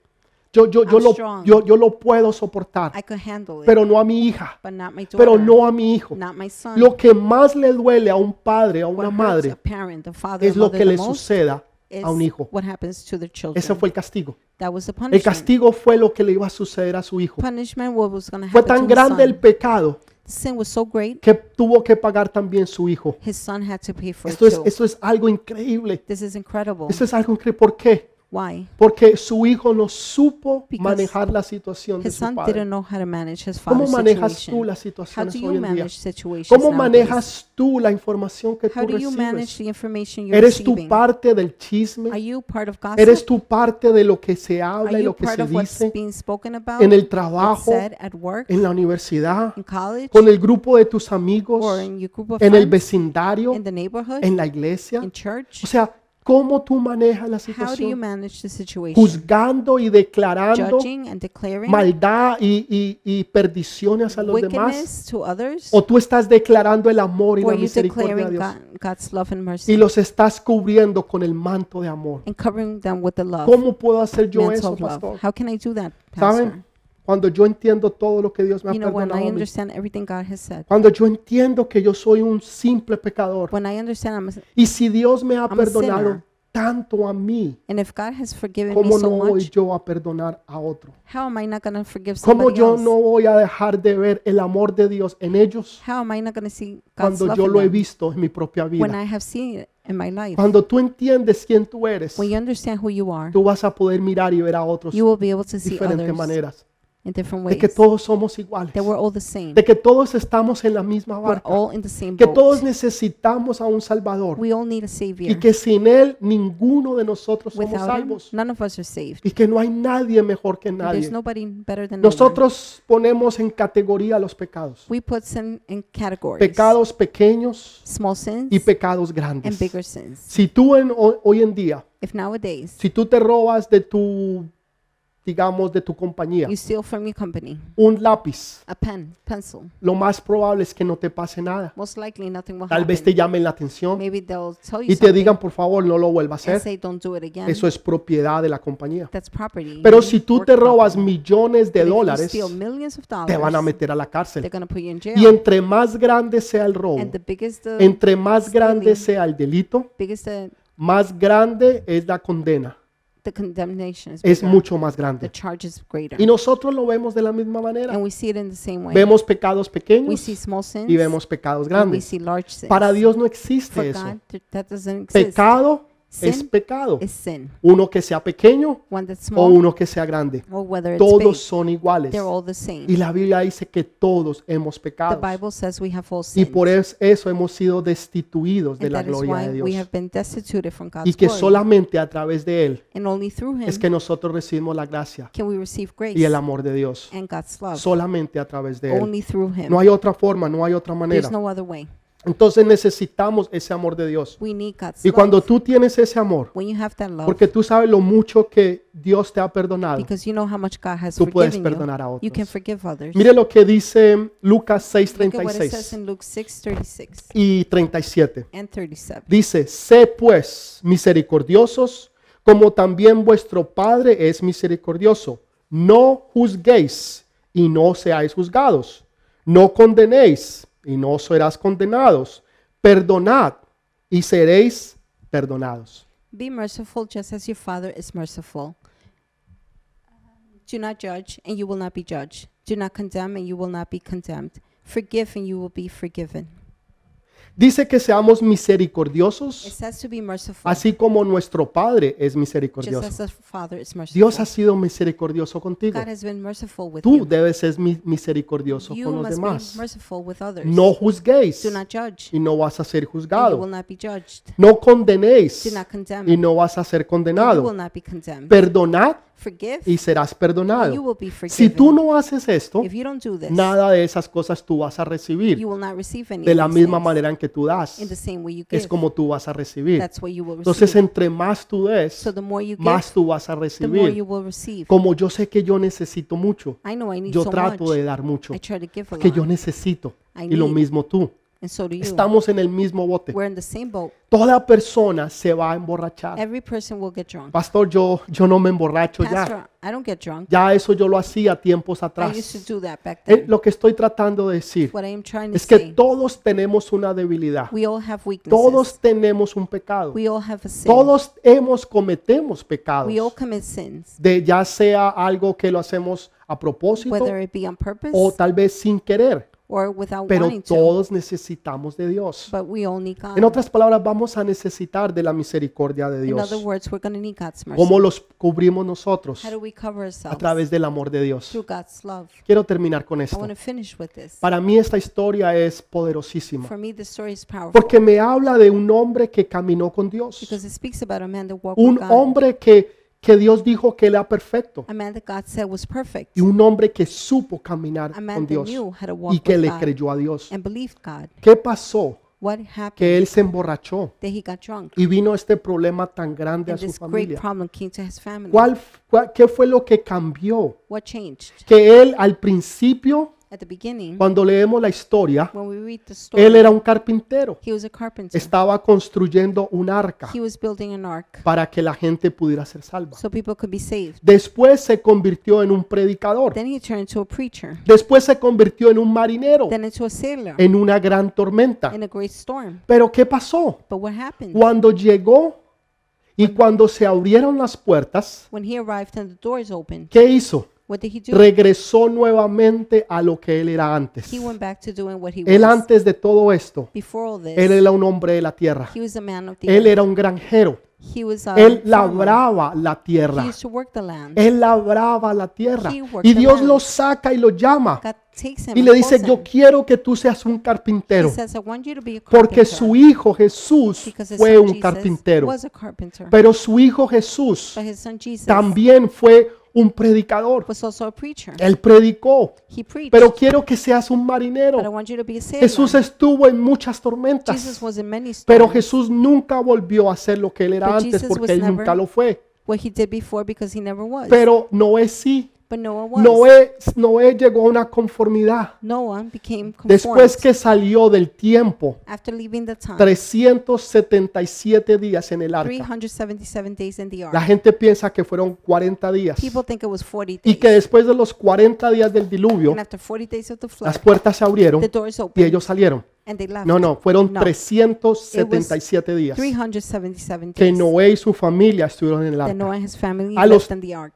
S1: yo, yo, yo,
S2: I'm
S1: lo,
S2: strong.
S1: yo, yo lo puedo soportar,
S2: I could handle it,
S1: pero no a mi hija,
S2: but not my daughter,
S1: pero no a mi hijo.
S2: not my son.
S1: Lo que más le duele a un padre, a una
S2: what hurts a
S1: madre,
S2: parent, a father,
S1: es
S2: a
S1: lo
S2: mother
S1: que
S2: the
S1: le
S2: most
S1: suceda
S2: is
S1: a un hijo.
S2: what happens to their children.
S1: Ese fue el castigo.
S2: that was the
S1: El
S2: punishment.
S1: castigo fue lo que le iba a suceder a su hijo.
S2: punishment, what was going to
S1: Fue
S2: happen
S1: tan
S2: to his
S1: grande el
S2: son.
S1: pecado
S2: The sin was so great,
S1: que tuvo que pagar también su hijo.
S2: his son had to pay for
S1: Esto
S2: it
S1: es,
S2: too.
S1: esto es algo increíble.
S2: this is incredible.
S1: Esto es algo increíble. ¿Por qué?
S2: Why?
S1: Porque su hijo no supo
S2: Because
S1: manejar la situación de
S2: His
S1: su
S2: son
S1: padre.
S2: didn't know how to manage his
S1: ¿Cómo
S2: father's
S1: manejas tú
S2: situation.
S1: las
S2: How
S1: situaciones
S2: do
S1: hoy
S2: you
S1: en día?
S2: manage situations
S1: ¿Cómo
S2: nowadays?
S1: manejas tú la información que
S2: How
S1: tú
S2: do you manage
S1: recibes?
S2: the information you're
S1: ¿Eres tú
S2: receiving?
S1: parte del
S2: Are
S1: chisme?
S2: you part of gossip?
S1: ¿Eres tú parte de lo que se
S2: Are
S1: habla y
S2: you
S1: lo que
S2: part
S1: se
S2: of what's
S1: dice
S2: being spoken about?
S1: en el trabajo,
S2: said at work,
S1: en la universidad,
S2: in college,
S1: con el grupo de tus
S2: or
S1: amigos,
S2: in your group of
S1: en el
S2: friends,
S1: vecindario,
S2: in the neighborhood,
S1: en la iglesia.
S2: in church?
S1: O sea, ¿cómo tú manejas la
S2: How do you
S1: situación?
S2: manage the situation?
S1: Juzgando y declarando
S2: Judging and declaring
S1: maldad y, y- y perdiciones a los demás.
S2: wickedness to others?
S1: O tú estás declarando el amor y
S2: Or
S1: la
S2: are you
S1: misericordia de
S2: declaring
S1: Dios
S2: God- God's love and
S1: y
S2: mercy
S1: los estás cubriendo con el manto de amor.
S2: and covering them with the love,
S1: ¿Cómo puedo hacer yo
S2: mantle
S1: eso,
S2: of
S1: pastor?
S2: love? How can I do that, Pastor?
S1: ¿Saben? Cuando yo entiendo todo lo que Dios me ha
S2: You know, when I
S1: perdonado a mí,
S2: understand everything God has said,
S1: cuando yo entiendo que yo soy un simple pecador,
S2: when I understand I'm a
S1: Y si Dios me ha
S2: I'm a
S1: perdonado
S2: sinner.
S1: tanto a mí,
S2: And if God has forgiven me
S1: ¿cómo
S2: so
S1: no voy
S2: much,
S1: yo a perdonar a otro?
S2: how am I not going to forgive
S1: ¿Cómo
S2: somebody
S1: yo no
S2: else?
S1: voy a dejar de ver el amor de Dios en ellos
S2: How am I not going to see God's
S1: cuando
S2: love
S1: yo
S2: in
S1: lo he
S2: them
S1: visto en mi propia
S2: when
S1: vida?
S2: I have seen it in my life?
S1: Cuando tú entiendes quién tú eres,
S2: When you understand who you are,
S1: tú vas a poder mirar y ver a otros
S2: you will be able to
S1: de
S2: see
S1: diferentes
S2: others
S1: maneras.
S2: in different
S1: de que
S2: ways.
S1: todos somos iguales,
S2: That we're all the same.
S1: de que todos estamos en la misma
S2: We're
S1: barca,
S2: all in the same
S1: que todos
S2: boat.
S1: necesitamos a un Salvador
S2: We all need a
S1: y
S2: savior.
S1: que sin Él ninguno de nosotros somos
S2: Without him,
S1: salvos
S2: none of us are saved.
S1: y que no hay nadie mejor que
S2: There's
S1: nadie.
S2: nobody better than no one.
S1: Nosotros ponemos en categoría los pecados,
S2: We put sin in categories.
S1: pecados pequeños
S2: Small sins
S1: y pecados
S2: and
S1: grandes.
S2: bigger sins.
S1: Si tú en- ho- hoy en día,
S2: If nowadays
S1: si tú te robas de tu, digamos, de tu compañía,
S2: you steal from your company,
S1: un lápiz,
S2: a pen, pencil,
S1: lo más probable es que no te pase nada.
S2: most likely nothing will
S1: Tal
S2: happen.
S1: vez te llamen la atención
S2: Maybe they'll tell you
S1: y te
S2: something
S1: digan, por favor, no lo vuelvas a
S2: and
S1: hacer.
S2: say don't do it again.
S1: Eso es propiedad de la compañía.
S2: That's property.
S1: Pero
S2: You
S1: si tú
S2: work
S1: te
S2: property.
S1: robas millones de
S2: But if you
S1: dólares,
S2: steal millions of dollars,
S1: te van a meter a la cárcel.
S2: They're going to put you in jail.
S1: Y entre más grande sea el robo,
S2: and the biggest the
S1: entre más grande sea el delito,
S2: biggest the,
S1: más grande es la condena.
S2: the condemnation is
S1: Es
S2: bigger.
S1: mucho más
S2: the
S1: grande.
S2: charge is greater.
S1: Y nosotros lo vemos de la misma manera.
S2: and we see it in the same way.
S1: Vemos pecados
S2: we
S1: pequeños
S2: see small sins
S1: y vemos pecados
S2: and we
S1: grandes.
S2: see large sins.
S1: Para Dios no
S2: For
S1: existe eso.
S2: God, th- that doesn't exist.
S1: Pecado es
S2: Sin
S1: pecado.
S2: is sin.
S1: Uno que sea pequeño
S2: One
S1: o
S2: that's small
S1: uno que sea grande.
S2: or whether it's big,
S1: Todos son iguales.
S2: they're all the
S1: Y
S2: same.
S1: la Biblia dice que todos hemos
S2: The
S1: pecado.
S2: Bible says we have all
S1: Y
S2: sinned.
S1: por es- eso hemos sido destituidos de
S2: and
S1: la
S2: that is
S1: gloria
S2: why
S1: de
S2: we
S1: Dios.
S2: have been destituted from God's
S1: Y que
S2: glory.
S1: solamente a través de Él
S2: and only through him
S1: es que nosotros recibimos la gracia
S2: can we receive grace
S1: y el amor de Dios.
S2: and God's love.
S1: Solamente a través de Él.
S2: only through him.
S1: No hay otra forma, no hay otra manera.
S2: There's no other way.
S1: Entonces necesitamos ese amor de Dios.
S2: We need God's
S1: Y
S2: love.
S1: cuando tú tienes ese amor,
S2: when you have that love,
S1: porque tú sabes lo mucho que Dios te ha perdonado,
S2: because you know how much God has
S1: tú puedes
S2: forgiven you,
S1: perdonar a
S2: you can
S1: otros.
S2: forgive others.
S1: Mire lo que dice Lucas
S2: Look at what it says
S1: 6:36
S2: in Luke 6, 36
S1: y 37.
S2: and 37.
S1: Dice, sé pues misericordiosos, como también vuestro Padre es misericordioso. No juzguéis y no seáis juzgados. No condenéis y no serás condenados. Perdonad y seréis perdonados.
S2: Be merciful just as your Father is merciful. Do not judge, and you will not be judged. Do not condemn, and you will not be condemned. Forgive, and you will be forgiven.
S1: Dice que seamos
S2: It
S1: misericordiosos,
S2: says to be merciful,
S1: así como nuestro Padre es
S2: just as
S1: misericordioso.
S2: the Father is merciful.
S1: Dios ha sido misericordioso contigo.
S2: God has been merciful with
S1: Tú
S2: you.
S1: debes ser mi- misericordioso
S2: You
S1: con los
S2: must
S1: demás.
S2: be merciful with others.
S1: No juzguéis
S2: Do not judge,
S1: y no vas a ser
S2: and you will
S1: juzgado.
S2: not be judged.
S1: No condenéis
S2: Do not condemn,
S1: y
S2: and
S1: no vas a ser
S2: you will
S1: condenado.
S2: not be condemned.
S1: Perdonad
S2: Forgive,
S1: y serás
S2: and you
S1: perdonado.
S2: will be
S1: Si tú
S2: forgiven.
S1: no haces esto,
S2: If you don't do this,
S1: nada de esas cosas tú vas a recibir
S2: you will not receive any
S1: de la
S2: of these
S1: misma
S2: things.
S1: manera en que tú das.
S2: In the same way you
S1: Es
S2: give,
S1: como tú vas a recibir.
S2: that's what you will
S1: Entonces,
S2: receive.
S1: entre más tú des,
S2: So the more you
S1: más
S2: give,
S1: tú vas a
S2: the more
S1: recibir.
S2: you will receive.
S1: Como yo sé que yo necesito mucho,
S2: I know I need
S1: yo
S2: so
S1: trato de
S2: much.
S1: dar mucho,
S2: I try to give a
S1: que yo
S2: lot,
S1: necesito.
S2: I
S1: Y lo
S2: need.
S1: mismo tú.
S2: and so do you.
S1: Estamos en el mismo bote.
S2: We're in the same boat.
S1: Toda persona se va a emborrachar.
S2: Every person will get drunk.
S1: Ah. Pastor, yo, yo no me emborracho ya.
S2: Pastor, I don't get drunk.
S1: Ya eso yo lo hacía tiempos
S2: I used to
S1: atrás.
S2: do that back
S1: Eh,
S2: then.
S1: Lo que estoy tratando de decir
S2: What I am trying to
S1: es que
S2: say,
S1: todos tenemos una debilidad.
S2: we all have weaknesses.
S1: Todos tenemos un pecado.
S2: We all have a sin.
S1: Todos hemos cometemos pecados.
S2: We all commit sins,
S1: De ya sea algo que lo hacemos a propósito
S2: whether it be on
S1: o
S2: purpose
S1: tal vez sin querer.
S2: or without
S1: Pero
S2: wanting to.
S1: todos necesitamos de Dios.
S2: But we all need God.
S1: En otras palabras, vamos a necesitar de la misericordia de
S2: In other
S1: Dios.
S2: words, we're going to need God's mercy.
S1: ¿Cómo los cubrimos nosotros?
S2: How do we cover
S1: A
S2: ourselves?
S1: través del amor de Dios.
S2: Through God's love.
S1: Quiero terminar con
S2: I
S1: esto.
S2: want to finish with this.
S1: Para mí esta historia es poderosísima
S2: For me, the story is powerful
S1: porque me habla de un hombre que caminó con Dios,
S2: because it speaks about a man that walked with
S1: un
S2: God,
S1: hombre que, que Dios dijo que era perfecto
S2: a man that God said was perfect,
S1: y un hombre que supo caminar
S2: a
S1: con
S2: man that
S1: Dios
S2: knew how
S1: y
S2: to walk
S1: que
S2: with
S1: le
S2: God
S1: creyó a Dios.
S2: and believed God.
S1: ¿Qué pasó?
S2: What happened?
S1: Que él se emborrachó
S2: That he got drunk
S1: y vino este problema tan grande a
S2: and
S1: su
S2: this great
S1: familia.
S2: problem came to his family.
S1: ¿Cuál, f- cuál- ¿Qué fue lo que cambió?
S2: What changed?
S1: Que él al principio,
S2: At the beginning,
S1: cuando leemos la historia,
S2: when we read the story,
S1: él era un carpintero.
S2: he was a carpenter.
S1: Estaba construyendo un arca.
S2: He was building an ark
S1: para que la gente pudiera ser salva.
S2: so people could be saved.
S1: Después se convirtió en un predicador.
S2: Then he turned into a preacher,
S1: Después se convirtió en un marinero,
S2: then into a sailor
S1: en una gran tormenta.
S2: in a great storm.
S1: Pero ¿qué pasó?
S2: But what happened?
S1: Cuando llegó y cuando se abrieron las puertas,
S2: When he arrived and the doors opened,
S1: ¿qué hizo?
S2: What did he do?
S1: regresó nuevamente a lo que él era antes.
S2: He went back to doing what he
S1: Él
S2: was.
S1: antes de todo esto,
S2: Before all this,
S1: él era un hombre de la tierra.
S2: he was a man of the
S1: Él
S2: earth.
S1: era un granjero.
S2: He was a
S1: Él
S2: farmer.
S1: labraba la
S2: He
S1: tierra.
S2: used to work the land.
S1: Él labraba la tierra.
S2: He worked
S1: Y Dios
S2: the land.
S1: lo saca y lo llama.
S2: God takes him
S1: Y
S2: and
S1: le dice,
S2: calls
S1: yo
S2: him.
S1: quiero que tú seas un carpintero.
S2: He says, I want you to be a
S1: Porque
S2: carpenter,
S1: su hijo Jesús
S2: because his
S1: fue
S2: son
S1: un
S2: Jesus
S1: carpintero.
S2: was a carpenter.
S1: Pero su hijo Jesús
S2: But his son Jesus Pues,
S1: también fue un predicador.
S2: was also a preacher.
S1: Él predicó.
S2: He preached.
S1: Pero quiero que seas un
S2: but I
S1: marinero.
S2: want you to be a sailor.
S1: Jesús estuvo en muchas
S2: Jesus
S1: tormentas.
S2: was in many
S1: Pero
S2: storms.
S1: Jesús nunca volvió a ser lo que él era
S2: But
S1: antes
S2: Jesus
S1: porque
S2: was
S1: él
S2: never-
S1: nunca lo fue.
S2: what he did before because he never was.
S1: Pero Noé sí.
S2: but Noah was.
S1: Noé, Noé llegó a una conformidad.
S2: Noah became conformed
S1: Después que salió del tiempo,
S2: after leaving the time.
S1: 377 días en el arca.
S2: 377 days in the ark.
S1: La gente piensa que fueron 40 días
S2: People think it was 40
S1: y
S2: days.
S1: que después de los 40 días del diluvio,
S2: and after 40 days of the flood,
S1: las puertas se abrieron
S2: the doors
S1: y
S2: opened
S1: ellos salieron.
S2: and they left.
S1: No, no, fueron
S2: No.
S1: 377 días
S2: 377
S1: que
S2: days
S1: Noé y su familia estuvieron en el
S2: that
S1: arca.
S2: Noah and his family
S1: A los
S2: left in the ark.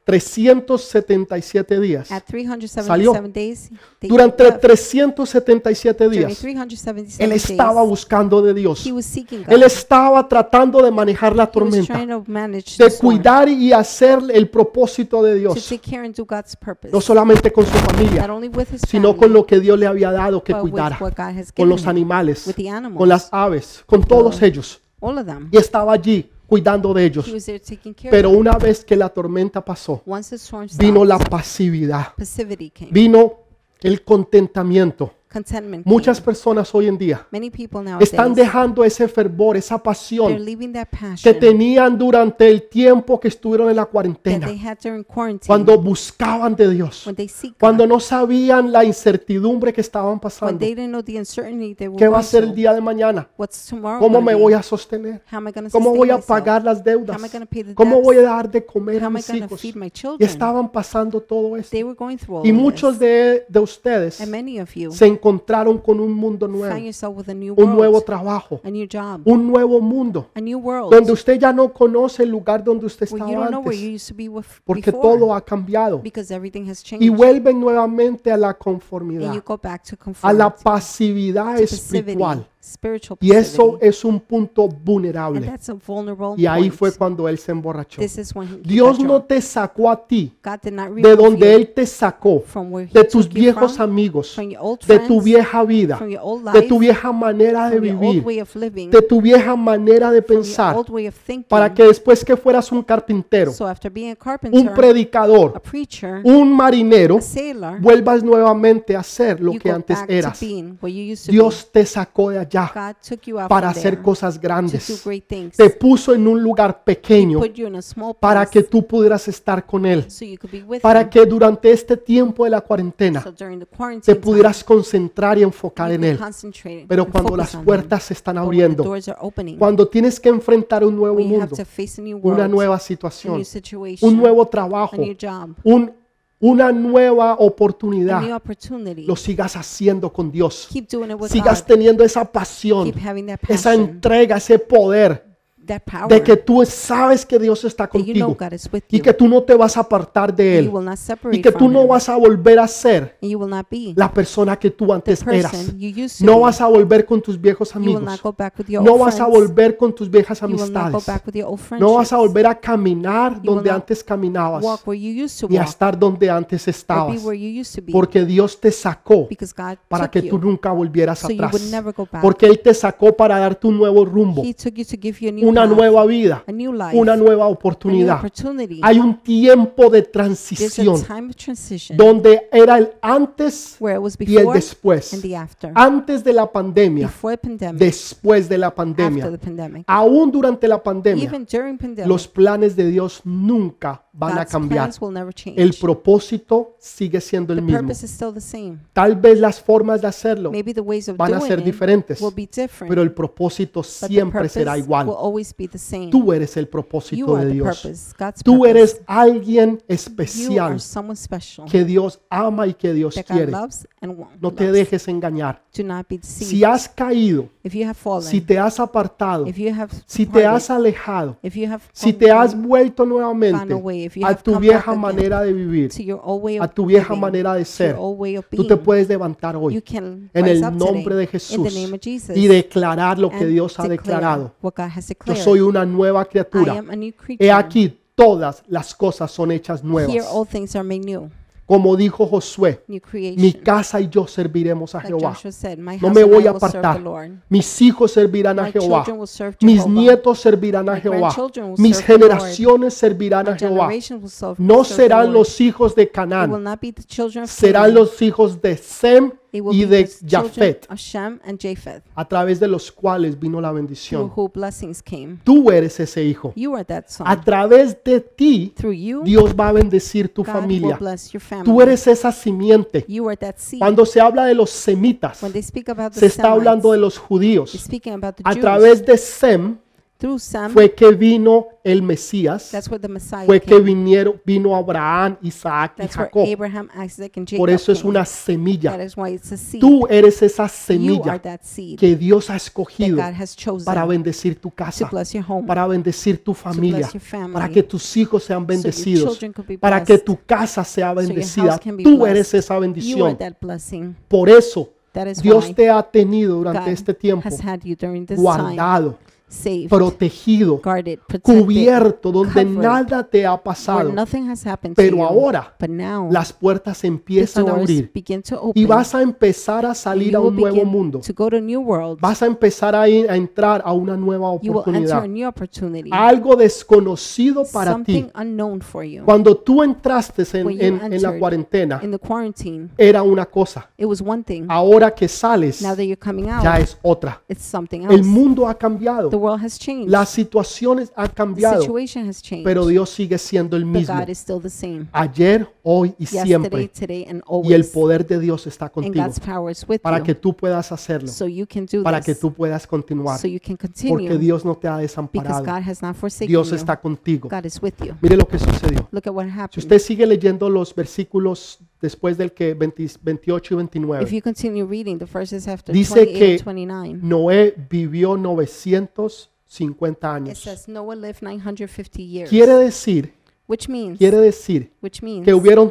S1: 377 días.
S2: At 377
S1: Salió.
S2: days, they
S1: Durante
S2: left.
S1: 377
S2: During
S1: días,
S2: 377
S1: él estaba
S2: days,
S1: buscando de Dios.
S2: he was seeking God.
S1: Él estaba tratando de manejar la
S2: he was
S1: tormenta.
S2: trying to manage the
S1: de
S2: storm,
S1: cuidar y hacer el propósito de
S2: to
S1: Dios,
S2: take care and do God's purpose,
S1: no solamente con su
S2: not
S1: familia,
S2: only with his
S1: sino
S2: family,
S1: con lo que Dios le había dado que
S2: but with
S1: cuidara,
S2: what God has
S1: con
S2: given
S1: los
S2: him,
S1: animales,
S2: with the animals,
S1: con las aves, con todos ellos.
S2: all of them.
S1: Y estaba allí cuidando de ellos.
S2: He was there taking care
S1: Pero
S2: of them.
S1: una vez que la tormenta pasó,
S2: Once the storm
S1: vino
S2: stopped,
S1: la pasividad,
S2: passivity came,
S1: vino el contentamiento.
S2: contentment
S1: Muchas
S2: came.
S1: personas hoy en día
S2: Many people nowadays,
S1: están dejando ese fervor, esa
S2: they're
S1: pasión
S2: leaving that
S1: que
S2: passion
S1: tenían durante el tiempo que estuvieron en la
S2: that
S1: cuarentena,
S2: they had during quarantine,
S1: cuando buscaban de Dios.
S2: when they seek God,
S1: cuando no sabían la incertidumbre que estaban
S2: when
S1: pasando.
S2: they didn't know the uncertainty they were
S1: ¿Qué va a
S2: going
S1: ser el
S2: through.
S1: día de mañana?
S2: What's tomorrow
S1: ¿Cómo
S2: gonna
S1: me
S2: be?
S1: voy a sostener?
S2: How am I gonna
S1: ¿Cómo
S2: sustain
S1: voy a
S2: myself?
S1: pagar las deudas?
S2: How am I gonna pay the
S1: ¿Cómo
S2: debts?
S1: voy a dar de comer
S2: How
S1: a
S2: am I
S1: mis
S2: gonna
S1: hijos?
S2: feed
S1: Y
S2: my children?
S1: estaban pasando todo esto.
S2: They were going through all
S1: Y
S2: of
S1: muchos
S2: this.
S1: de, de ustedes
S2: and many of you
S1: se encontraron con un mundo
S2: find
S1: nuevo,
S2: yourself with a new
S1: un nuevo
S2: world,
S1: trabajo,
S2: a new job,
S1: un nuevo mundo,
S2: a new world
S1: donde usted ya no conoce el lugar donde usted
S2: where you don't
S1: estaba
S2: know where you
S1: antes,
S2: used to be with
S1: porque
S2: before
S1: todo ha cambiado.
S2: because everything has
S1: Y
S2: changed.
S1: vuelven nuevamente a la
S2: And you
S1: conformidad.
S2: go back to
S1: a la
S2: conformity,
S1: pasividad
S2: passivity,
S1: espiritual.
S2: spiritual
S1: Y eso
S2: passivity.
S1: es un punto
S2: And
S1: vulnerable.
S2: that's a vulnerable
S1: Y ahí
S2: point.
S1: fue cuando él se emborrachó.
S2: This is when he- he
S1: Dios
S2: got
S1: no
S2: drunk.
S1: te sacó a ti
S2: God did not
S1: de
S2: remove
S1: donde
S2: you
S1: él te sacó,
S2: from where he
S1: de tus
S2: took you
S1: viejos
S2: from,
S1: amigos,
S2: from your old
S1: de tu
S2: friends,
S1: vieja vida,
S2: from your old
S1: de
S2: life,
S1: tu vieja manera de
S2: from your old
S1: vivir,
S2: way of living,
S1: de tu vieja manera de
S2: from your
S1: pensar,
S2: old way of thinking.
S1: para que después que fueras un carpintero,
S2: so after being a
S1: un
S2: carpenter, a
S1: predicador,
S2: preacher,
S1: un marinero,
S2: a sailor,
S1: vuelvas nuevamente a ser lo
S2: you
S1: que
S2: go
S1: antes
S2: back
S1: eras.
S2: to being what you used to
S1: Dios te sacó de allá.
S2: be. God took you out
S1: para
S2: from there
S1: hacer cosas
S2: to do
S1: grandes.
S2: great things.
S1: Te puso en un lugar pequeño
S2: Put you in a small
S1: para que
S2: place
S1: tú pudieras estar con Él.
S2: so you could be with
S1: Para
S2: him.
S1: que durante este tiempo de la cuarentena
S2: so during the
S1: te
S2: quarantine
S1: pudieras concentrar y enfocar
S2: time, you
S1: en
S2: could
S1: Él.
S2: concentrate
S1: Pero
S2: and
S1: cuando
S2: focus
S1: las
S2: on him.
S1: puertas se están
S2: But when the
S1: abriendo,
S2: doors are opening,
S1: cuando tienes que enfrentar un nuevo
S2: when you have
S1: mundo,
S2: to face a new world,
S1: una nueva
S2: a new
S1: situación,
S2: situation,
S1: un nuevo
S2: a
S1: trabajo,
S2: new job,
S1: un- una nueva
S2: a new
S1: oportunidad,
S2: opportunity.
S1: lo sigas haciendo con Dios.
S2: Keep doing it with
S1: Sigas
S2: God.
S1: teniendo esa pasión,
S2: Keep having that
S1: esa
S2: passion,
S1: entrega, ese poder
S2: that power
S1: de que tú sabes que Dios está
S2: that you know
S1: contigo
S2: God is with
S1: y
S2: you.
S1: que tú no te vas a apartar de
S2: You
S1: Él
S2: will not
S1: y
S2: separate
S1: que tú
S2: from
S1: no
S2: him.
S1: vas a volver a ser
S2: And you will not be
S1: la persona que tú
S2: the
S1: antes eras.
S2: person you used to
S1: No
S2: be.
S1: vas a volver con tus viejos
S2: You will
S1: amigos.
S2: not go back with your
S1: No
S2: old
S1: vas a
S2: friends.
S1: volver con tus viejas
S2: You will not go
S1: amistades.
S2: back with your old friends.
S1: No vas a volver a caminar
S2: will
S1: donde
S2: not
S1: antes caminabas
S2: Walk where you used to
S1: ni a
S2: walk.
S1: estar donde antes
S2: Or be
S1: estabas.
S2: where you used to be.
S1: Porque Dios te sacó
S2: Because God
S1: para
S2: took
S1: que
S2: you.
S1: tú nunca volvieras
S2: So you
S1: atrás.
S2: would never go back.
S1: Porque Él te sacó para darte un nuevo rumbo,
S2: He took you to give you a new
S1: una
S2: path,
S1: nueva vida,
S2: a new life,
S1: una nueva
S2: a new
S1: oportunidad.
S2: opportunity.
S1: Hay un tiempo de
S2: There's a
S1: transición
S2: time of transition
S1: donde era el antes
S2: where it was
S1: y el
S2: before and
S1: después.
S2: the after.
S1: Antes de la pandemia,
S2: Before the pandemic,
S1: después de la
S2: after
S1: pandemia.
S2: the pandemic.
S1: Aún durante la pandemia,
S2: Even during pandemic,
S1: los planes de Dios nunca van a
S2: God's
S1: cambiar.
S2: plans will never change.
S1: El propósito sigue siendo el
S2: the
S1: mismo.
S2: purpose is still the same.
S1: Tal vez las formas de hacerlo,
S2: Maybe the ways of
S1: van a
S2: doing
S1: ser
S2: it
S1: diferentes,
S2: will be different.
S1: pero el propósito
S2: but the
S1: siempre será
S2: purpose
S1: igual.
S2: Will always be the same.
S1: Tú eres el
S2: you
S1: propósito
S2: are
S1: de
S2: the
S1: Dios.
S2: purpose. God's
S1: Tú
S2: purpose.
S1: eres alguien
S2: You are
S1: especial
S2: someone special
S1: que Dios ama y que Dios
S2: that God
S1: quiere.
S2: loves and wants.
S1: No te dejes engañar.
S2: Do not be deceived.
S1: Si has caído,
S2: if you have fallen,
S1: si te has apartado,
S2: if you have
S1: si te
S2: departed,
S1: has alejado,
S2: if you have
S1: si
S2: gone-
S1: te has
S2: gone-
S1: vuelto
S2: gone
S1: nuevamente,
S2: away if you
S1: a
S2: have
S1: tu
S2: come back
S1: vieja
S2: again
S1: manera de vivir,
S2: to your old way of
S1: a tu vieja
S2: living,
S1: manera de
S2: to your
S1: ser.
S2: old way of
S1: Tú
S2: being,
S1: te puedes levantar
S2: you
S1: hoy
S2: can
S1: en
S2: rise
S1: el
S2: up
S1: nombre de
S2: today in the
S1: Jesús
S2: name of Jesus
S1: y declarar lo que
S2: and
S1: Dios ha
S2: declare
S1: declarado.
S2: what God has
S1: Yo
S2: declared.
S1: soy una nueva
S2: I
S1: criatura.
S2: am a new creature.
S1: He aquí todas las cosas son hechas
S2: Here
S1: nuevas.
S2: all things are made new,
S1: Como dijo Josué,
S2: new
S1: mi
S2: creation.
S1: casa y yo serviremos a
S2: Like
S1: Jehová.
S2: Joshua said, my
S1: No
S2: house
S1: me
S2: and I
S1: voy a
S2: will serve the
S1: apartar.
S2: Lord.
S1: Mis hijos servirán a
S2: My
S1: Jehová.
S2: children will serve
S1: Mis
S2: Jehovah.
S1: nietos servirán a
S2: My
S1: Jehová.
S2: grandchildren will
S1: Mis
S2: serve the Lord.
S1: generaciones servirán
S2: My
S1: a Jehová.
S2: generation will serve-
S1: No
S2: serve the
S1: serán
S2: Lord.
S1: los hijos de
S2: It will
S1: Canaán,
S2: not be the children of
S1: serán
S2: Canaan.
S1: los hijos de Sem
S2: It will
S1: y
S2: be
S1: de
S2: the children
S1: Jafet,
S2: of Shem and Japheth,
S1: a través de los cuales vino la
S2: through
S1: bendición.
S2: who blessings came.
S1: Tú eres ese hijo.
S2: You are that son.
S1: A través de ti,
S2: Through you,
S1: Dios va a bendecir tu
S2: God will
S1: familia.
S2: bless your
S1: Tú
S2: family.
S1: eres esa simiente.
S2: You are that seed.
S1: Cuando se habla de los semitas,
S2: When they speak about the
S1: se está
S2: Semites,
S1: hablando de los
S2: it's
S1: judíos.
S2: speaking about the
S1: A
S2: Jews.
S1: través de Sem
S2: Through Sam,
S1: fue que vino el Mesías,
S2: that's where the Messiah
S1: fue que
S2: came.
S1: vinieron, vino Abraham, Isaac y
S2: That's where
S1: Jacob.
S2: Abraham, Isaac, and Jacob
S1: Por eso es
S2: came.
S1: una
S2: That
S1: semilla.
S2: is why it's a seed.
S1: Tú eres esa
S2: you are
S1: semilla
S2: that seed
S1: que Dios ha
S2: that
S1: escogido
S2: God has chosen
S1: para bendecir tu
S2: to
S1: casa,
S2: bless your home.
S1: para bendecir tu familia,
S2: your family,
S1: para que tus hijos sean
S2: your
S1: bendecidos,
S2: children could be
S1: para que
S2: blessed,
S1: tu casa sea
S2: your
S1: bendecida.
S2: house can be
S1: Tú
S2: blessed.
S1: eres esa
S2: you are
S1: bendición.
S2: that blessing.
S1: Por eso
S2: That is
S1: Dios
S2: why
S1: te ha tenido
S2: God
S1: durante este tiempo
S2: has had you during this time
S1: guardado,
S2: saved,
S1: protegido,
S2: guarded, protected,
S1: cubierto, donde
S2: covered,
S1: nada te ha pasado.
S2: where nothing has happened to
S1: Pero
S2: you.
S1: ahora
S2: but now
S1: Las puertas se
S2: the
S1: empiezan a
S2: doors
S1: abrir
S2: begin to open.
S1: y vas a empezar a
S2: and
S1: salir
S2: you
S1: a
S2: will
S1: un nuevo
S2: begin
S1: mundo.
S2: To go to new world,
S1: Vas a empezar a, ir- a entrar a una nueva
S2: you will enter a
S1: oportunidad.
S2: new opportunity.
S1: Algo desconocido para
S2: something
S1: ti.
S2: unknown for you.
S1: Cuando tú entraste en,
S2: When you
S1: en- en la
S2: entered
S1: cuarentena,
S2: In the quarantine,
S1: era una cosa.
S2: it was one thing.
S1: Ahora que sales,
S2: Now that you're coming out,
S1: Ah, ya es otra.
S2: it's something
S1: El
S2: else.
S1: mundo ha
S2: The
S1: cambiado.
S2: world has changed.
S1: Las situaciones han
S2: the
S1: cambiado.
S2: situation has changed.
S1: Pero Dios sigue siendo el
S2: but
S1: mismo.
S2: God is still the same.
S1: Ayer, hoy y
S2: Yesterday,
S1: siempre.
S2: today, and
S1: Y el
S2: always.
S1: poder de Dios está
S2: and
S1: contigo.
S2: God's power is with
S1: Para
S2: you.
S1: que tú puedas hacerlo.
S2: so you can do
S1: Para que
S2: this.
S1: tú puedas continuar.
S2: so you can
S1: Porque
S2: continue.
S1: Dios no te ha
S2: because
S1: desamparado.
S2: God has not forsaken
S1: Dios
S2: you.
S1: está contigo.
S2: God is with you.
S1: Mire lo que sucedió.
S2: Look at what happened.
S1: Si usted sigue leyendo los versículos después del que 20 28 y
S2: if
S1: 29,
S2: you continue reading the verses after
S1: Dice
S2: 28
S1: que-
S2: and 29,
S1: Noé vivió 950
S2: it
S1: años.
S2: says Noah lived 950 years.
S1: Quiere decir,
S2: which means,
S1: quiere decir
S2: which means
S1: que hubieron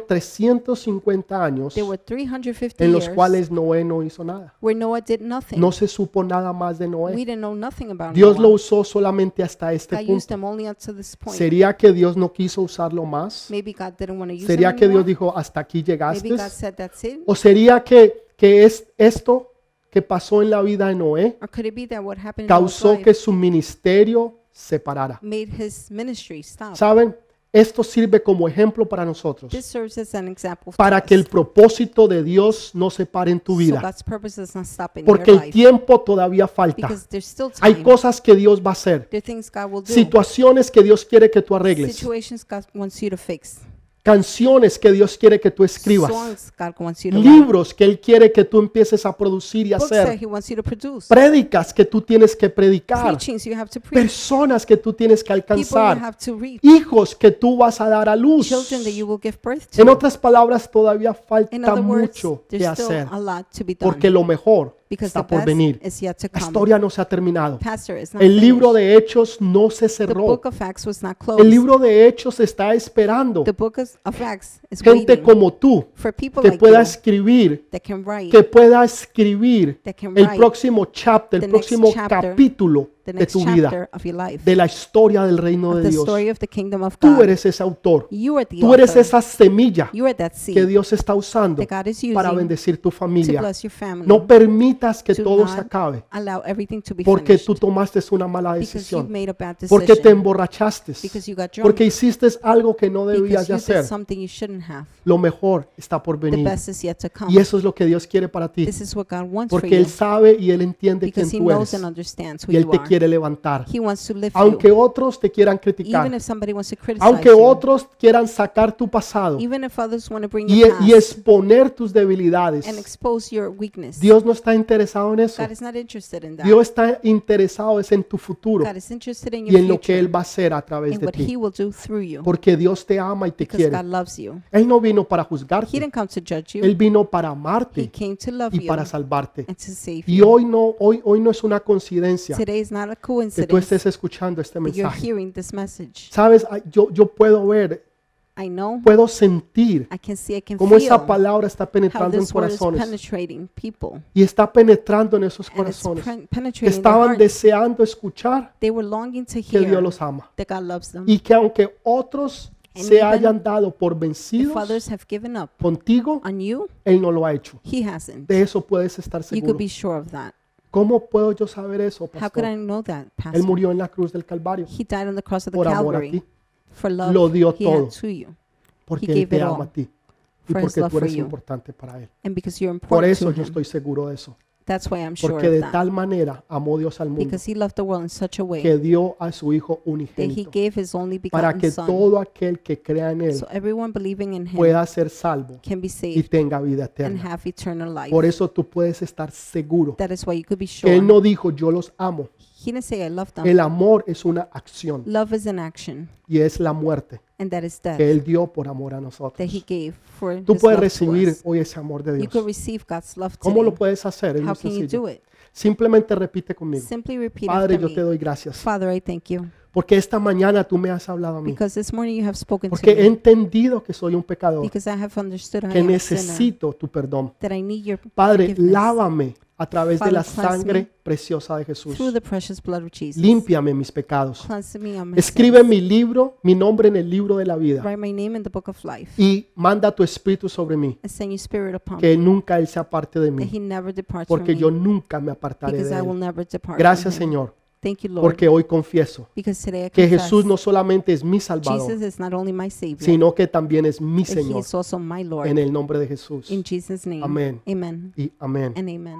S1: 350 años
S2: there were 350
S1: en los
S2: years
S1: cuales Noé no hizo nada.
S2: where Noah did nothing.
S1: No se supo nada más de
S2: we
S1: Noé.
S2: didn't know nothing about
S1: Dios lo
S2: Noah.
S1: usó solamente hasta este
S2: God used
S1: punto.
S2: them only up to this point.
S1: ¿Sería que Dios no quiso usarlo más?
S2: Maybe God didn't want to use
S1: ¿Sería
S2: him
S1: que
S2: anymore.
S1: Dios dijo, hasta aquí
S2: Maybe
S1: llegaste?
S2: God said that's it.
S1: ¿O sería que, que es esto que pasó en la vida de Noé
S2: Or could it be that what happened in Noah's
S1: causó
S2: life
S1: que su ministerio se parara?
S2: made his ministry stop?
S1: Ah. ¿Saben? Esto sirve como ejemplo para nosotros,
S2: This serves as an example to
S1: para que el
S2: us.
S1: propósito de Dios no se pare en tu
S2: So
S1: vida,
S2: God's purpose does not stop in
S1: porque
S2: your
S1: el
S2: life.
S1: tiempo todavía falta.
S2: Because there's still time.
S1: Hay cosas que Dios va a hacer,
S2: there are things God will do.
S1: situaciones que Dios quiere que tú arregles,
S2: Situations God wants you to fix.
S1: canciones que Dios quiere que tú escribas,
S2: Songs God wants you to write.
S1: libros que Él quiere que tú empieces a producir y
S2: Books that
S1: hacer,
S2: He wants you to produce.
S1: prédicas que tú tienes que predicar,
S2: Preachings you have to preach.
S1: personas que tú tienes que
S2: People you
S1: alcanzar,
S2: have to reach.
S1: hijos que tú vas a dar a luz.
S2: Children that you will give birth
S1: En
S2: to.
S1: otras palabras, todavía
S2: In
S1: falta
S2: other words,
S1: mucho que
S2: there's
S1: hacer
S2: still a lot to be done.
S1: porque lo mejor
S2: Because the
S1: está por
S2: best
S1: venir.
S2: is yet to
S1: La
S2: come.
S1: historia no se ha terminado.
S2: Pastor is not
S1: El libro
S2: finished.
S1: de Hechos no se
S2: The
S1: cerró.
S2: book of Acts was not closed.
S1: El libro de Hechos está esperando
S2: the book of of Acts is
S1: gente
S2: waiting
S1: como tú
S2: for people
S1: que
S2: like
S1: pueda
S2: you
S1: escribir,
S2: that can write
S1: que pueda escribir
S2: That can
S1: el
S2: write
S1: próximo chapter,
S2: the
S1: el
S2: next
S1: próximo
S2: chapter,
S1: capítulo
S2: the
S1: de
S2: next
S1: tu vida,
S2: chapter of your life.
S1: de la historia del reino
S2: of
S1: de
S2: the
S1: Dios.
S2: story of the kingdom of
S1: Tú
S2: God.
S1: eres ese autor.
S2: you are the
S1: Tú eres
S2: author.
S1: esa semilla
S2: you are that seed
S1: que Dios está usando
S2: that God is using
S1: para bendecir tu
S2: to
S1: familia.
S2: bless your family.
S1: No permitas que
S2: Do
S1: todo se
S2: Mm. not
S1: acabe
S2: allow everything to be
S1: porque
S2: finished
S1: tú tomaste una mala
S2: because you
S1: decisión,
S2: made a bad decision.
S1: porque te emborrachaste,
S2: because you got drunk.
S1: porque hiciste algo que no debías de
S2: because you
S1: hacer.
S2: did something you shouldn't have.
S1: Lo mejor está por
S2: The
S1: venir.
S2: best is yet to come.
S1: Y eso es lo que Dios quiere para ti,
S2: this is what God wants for
S1: porque
S2: you.
S1: Él sabe y Él entiende quién
S2: because He
S1: tú
S2: knows
S1: eres
S2: and understands who
S1: y Él
S2: you
S1: te
S2: are.
S1: quiere levantar.
S2: He wants to lift
S1: Aunque
S2: you.
S1: otros te quieran
S2: Even
S1: criticar,
S2: if somebody wants to criticize
S1: aunque
S2: you.
S1: otros quieran sacar tu pasado
S2: even if others want to bring
S1: y, e,
S2: you past
S1: y exponer tus
S2: and
S1: debilidades,
S2: expose your weakness.
S1: Dios no está interesado en eso.
S2: God is not interested in that.
S1: Dios está interesado es en tu futuro
S2: God is interested in
S1: y
S2: your
S1: en lo que
S2: future
S1: Él va a hacer a través
S2: and
S1: de
S2: what
S1: ti.
S2: He will do through you.
S1: Porque Dios te ama y te
S2: Because
S1: quiere.
S2: God loves you.
S1: Él no vino para
S2: He
S1: juzgarte.
S2: didn't come to judge you.
S1: Él vino para
S2: He
S1: amarte
S2: came to love
S1: y
S2: you
S1: para salvarte.
S2: and to save
S1: Y
S2: you.
S1: hoy no, hoy, hoy no es una coincidencia
S2: Today is not a
S1: que tú
S2: coincidence
S1: estés escuchando este
S2: that you're
S1: mensaje.
S2: hearing this message.
S1: Sabes, Ay, yo, yo puedo ver
S2: I know,
S1: Puedo sentir
S2: I can see, I can
S1: cómo esa
S2: feel
S1: palabra está
S2: how
S1: penetrando en
S2: this word is
S1: corazones
S2: penetrating people.
S1: y está penetrando en esos
S2: And it's
S1: corazones
S2: pen-
S1: que
S2: penetrating their
S1: estaban
S2: hearts.
S1: deseando escuchar
S2: They were longing to
S1: que Dios
S2: hear
S1: los ama
S2: that God loves them.
S1: y que aunque otros
S2: And
S1: se
S2: even
S1: hayan dado por
S2: If
S1: vencidos
S2: others have given up
S1: contigo,
S2: on you,
S1: Él no lo ha hecho.
S2: He hasn't.
S1: De eso puedes estar
S2: You could
S1: seguro.
S2: be sure of that.
S1: ¿Cómo puedo yo saber eso,
S2: How could I
S1: pastor?
S2: know that,
S1: Él
S2: Pastor?
S1: murió en la cruz del Calvario
S2: He died on the cross of the
S1: por amor a
S2: Calvary
S1: ti,
S2: for
S1: Lo
S2: love
S1: dio
S2: He had
S1: todo.
S2: to you
S1: porque
S2: He
S1: Él
S2: gave
S1: te
S2: it
S1: ama
S2: all
S1: a ti y
S2: for His
S1: porque
S2: love
S1: tú
S2: for
S1: eres
S2: you.
S1: importante para Él.
S2: and because you're
S1: Por
S2: important
S1: eso
S2: to
S1: yo
S2: Him.
S1: estoy seguro de eso,
S2: That's why I'm sure
S1: porque
S2: of
S1: de
S2: that.
S1: tal manera amó Dios al mundo
S2: Because He loved the world in such a way
S1: que dio a su Hijo
S2: that He
S1: unigénito
S2: gave His only
S1: para
S2: begotten
S1: que
S2: Son.
S1: todo aquel que crea en Él
S2: So everyone believing in Him
S1: pueda ser salvo
S2: can be
S1: y
S2: saved
S1: tenga vida
S2: and
S1: eterna.
S2: have eternal life.
S1: Por eso tú puedes estar seguro
S2: That is why you could be
S1: que Él
S2: sure.
S1: no dijo yo los amo.
S2: He didn't say, I love them.
S1: El amor es una acción
S2: Love is an action,
S1: y es la muerte
S2: and that is
S1: que
S2: death
S1: Él dio por amor a
S2: that
S1: nosotros.
S2: He gave for
S1: Tú
S2: His
S1: puedes
S2: love to
S1: recibir
S2: us.
S1: hoy ese amor de
S2: You
S1: Dios.
S2: could receive God's love
S1: ¿Cómo lo
S2: today.
S1: puedes hacer? Es
S2: How
S1: muy
S2: can you
S1: sencillo.
S2: do it?
S1: Simplemente repite conmigo.
S2: Simply repeat
S1: Padre,
S2: after
S1: yo te
S2: me.
S1: doy gracias.
S2: Father, I thank you
S1: Porque esta mañana tú me has hablado a mí.
S2: because this morning you have spoken
S1: Porque
S2: to
S1: he
S2: me
S1: entendido que soy un pecador.
S2: because I have understood I
S1: Que
S2: am a sinner,
S1: necesito tu perdón.
S2: that I need your
S1: Padre,
S2: forgiveness
S1: lávame a través de la
S2: Father, cleanse
S1: sangre
S2: me.
S1: preciosa de Jesús.
S2: through the precious blood of Jesus.
S1: Límpiame mis pecados.
S2: Cleanse me on my
S1: Escribe
S2: sins.
S1: mi libro, mi nombre en el libro de la vida.
S2: Write my name in the book of life
S1: Y manda tu espíritu sobre mí.
S2: and send your spirit upon me
S1: Que nunca Él se aparte de
S2: that
S1: mí.
S2: he never departs from
S1: Porque yo
S2: me
S1: nunca me apartaré
S2: because
S1: de
S2: I will
S1: Él.
S2: never depart
S1: Gracias,
S2: from him.
S1: Señor.
S2: Thank you, Lord,
S1: Porque hoy confieso
S2: because today I
S1: que
S2: confess
S1: Jesús no solamente es mi Salvador,
S2: Jesus is not only my Savior,
S1: sino que también es mi
S2: but he
S1: Señor.
S2: is also my Lord.
S1: En el nombre de Jesús.
S2: In Jesus' name,
S1: Amén.
S2: amen
S1: Y amén.
S2: and amen.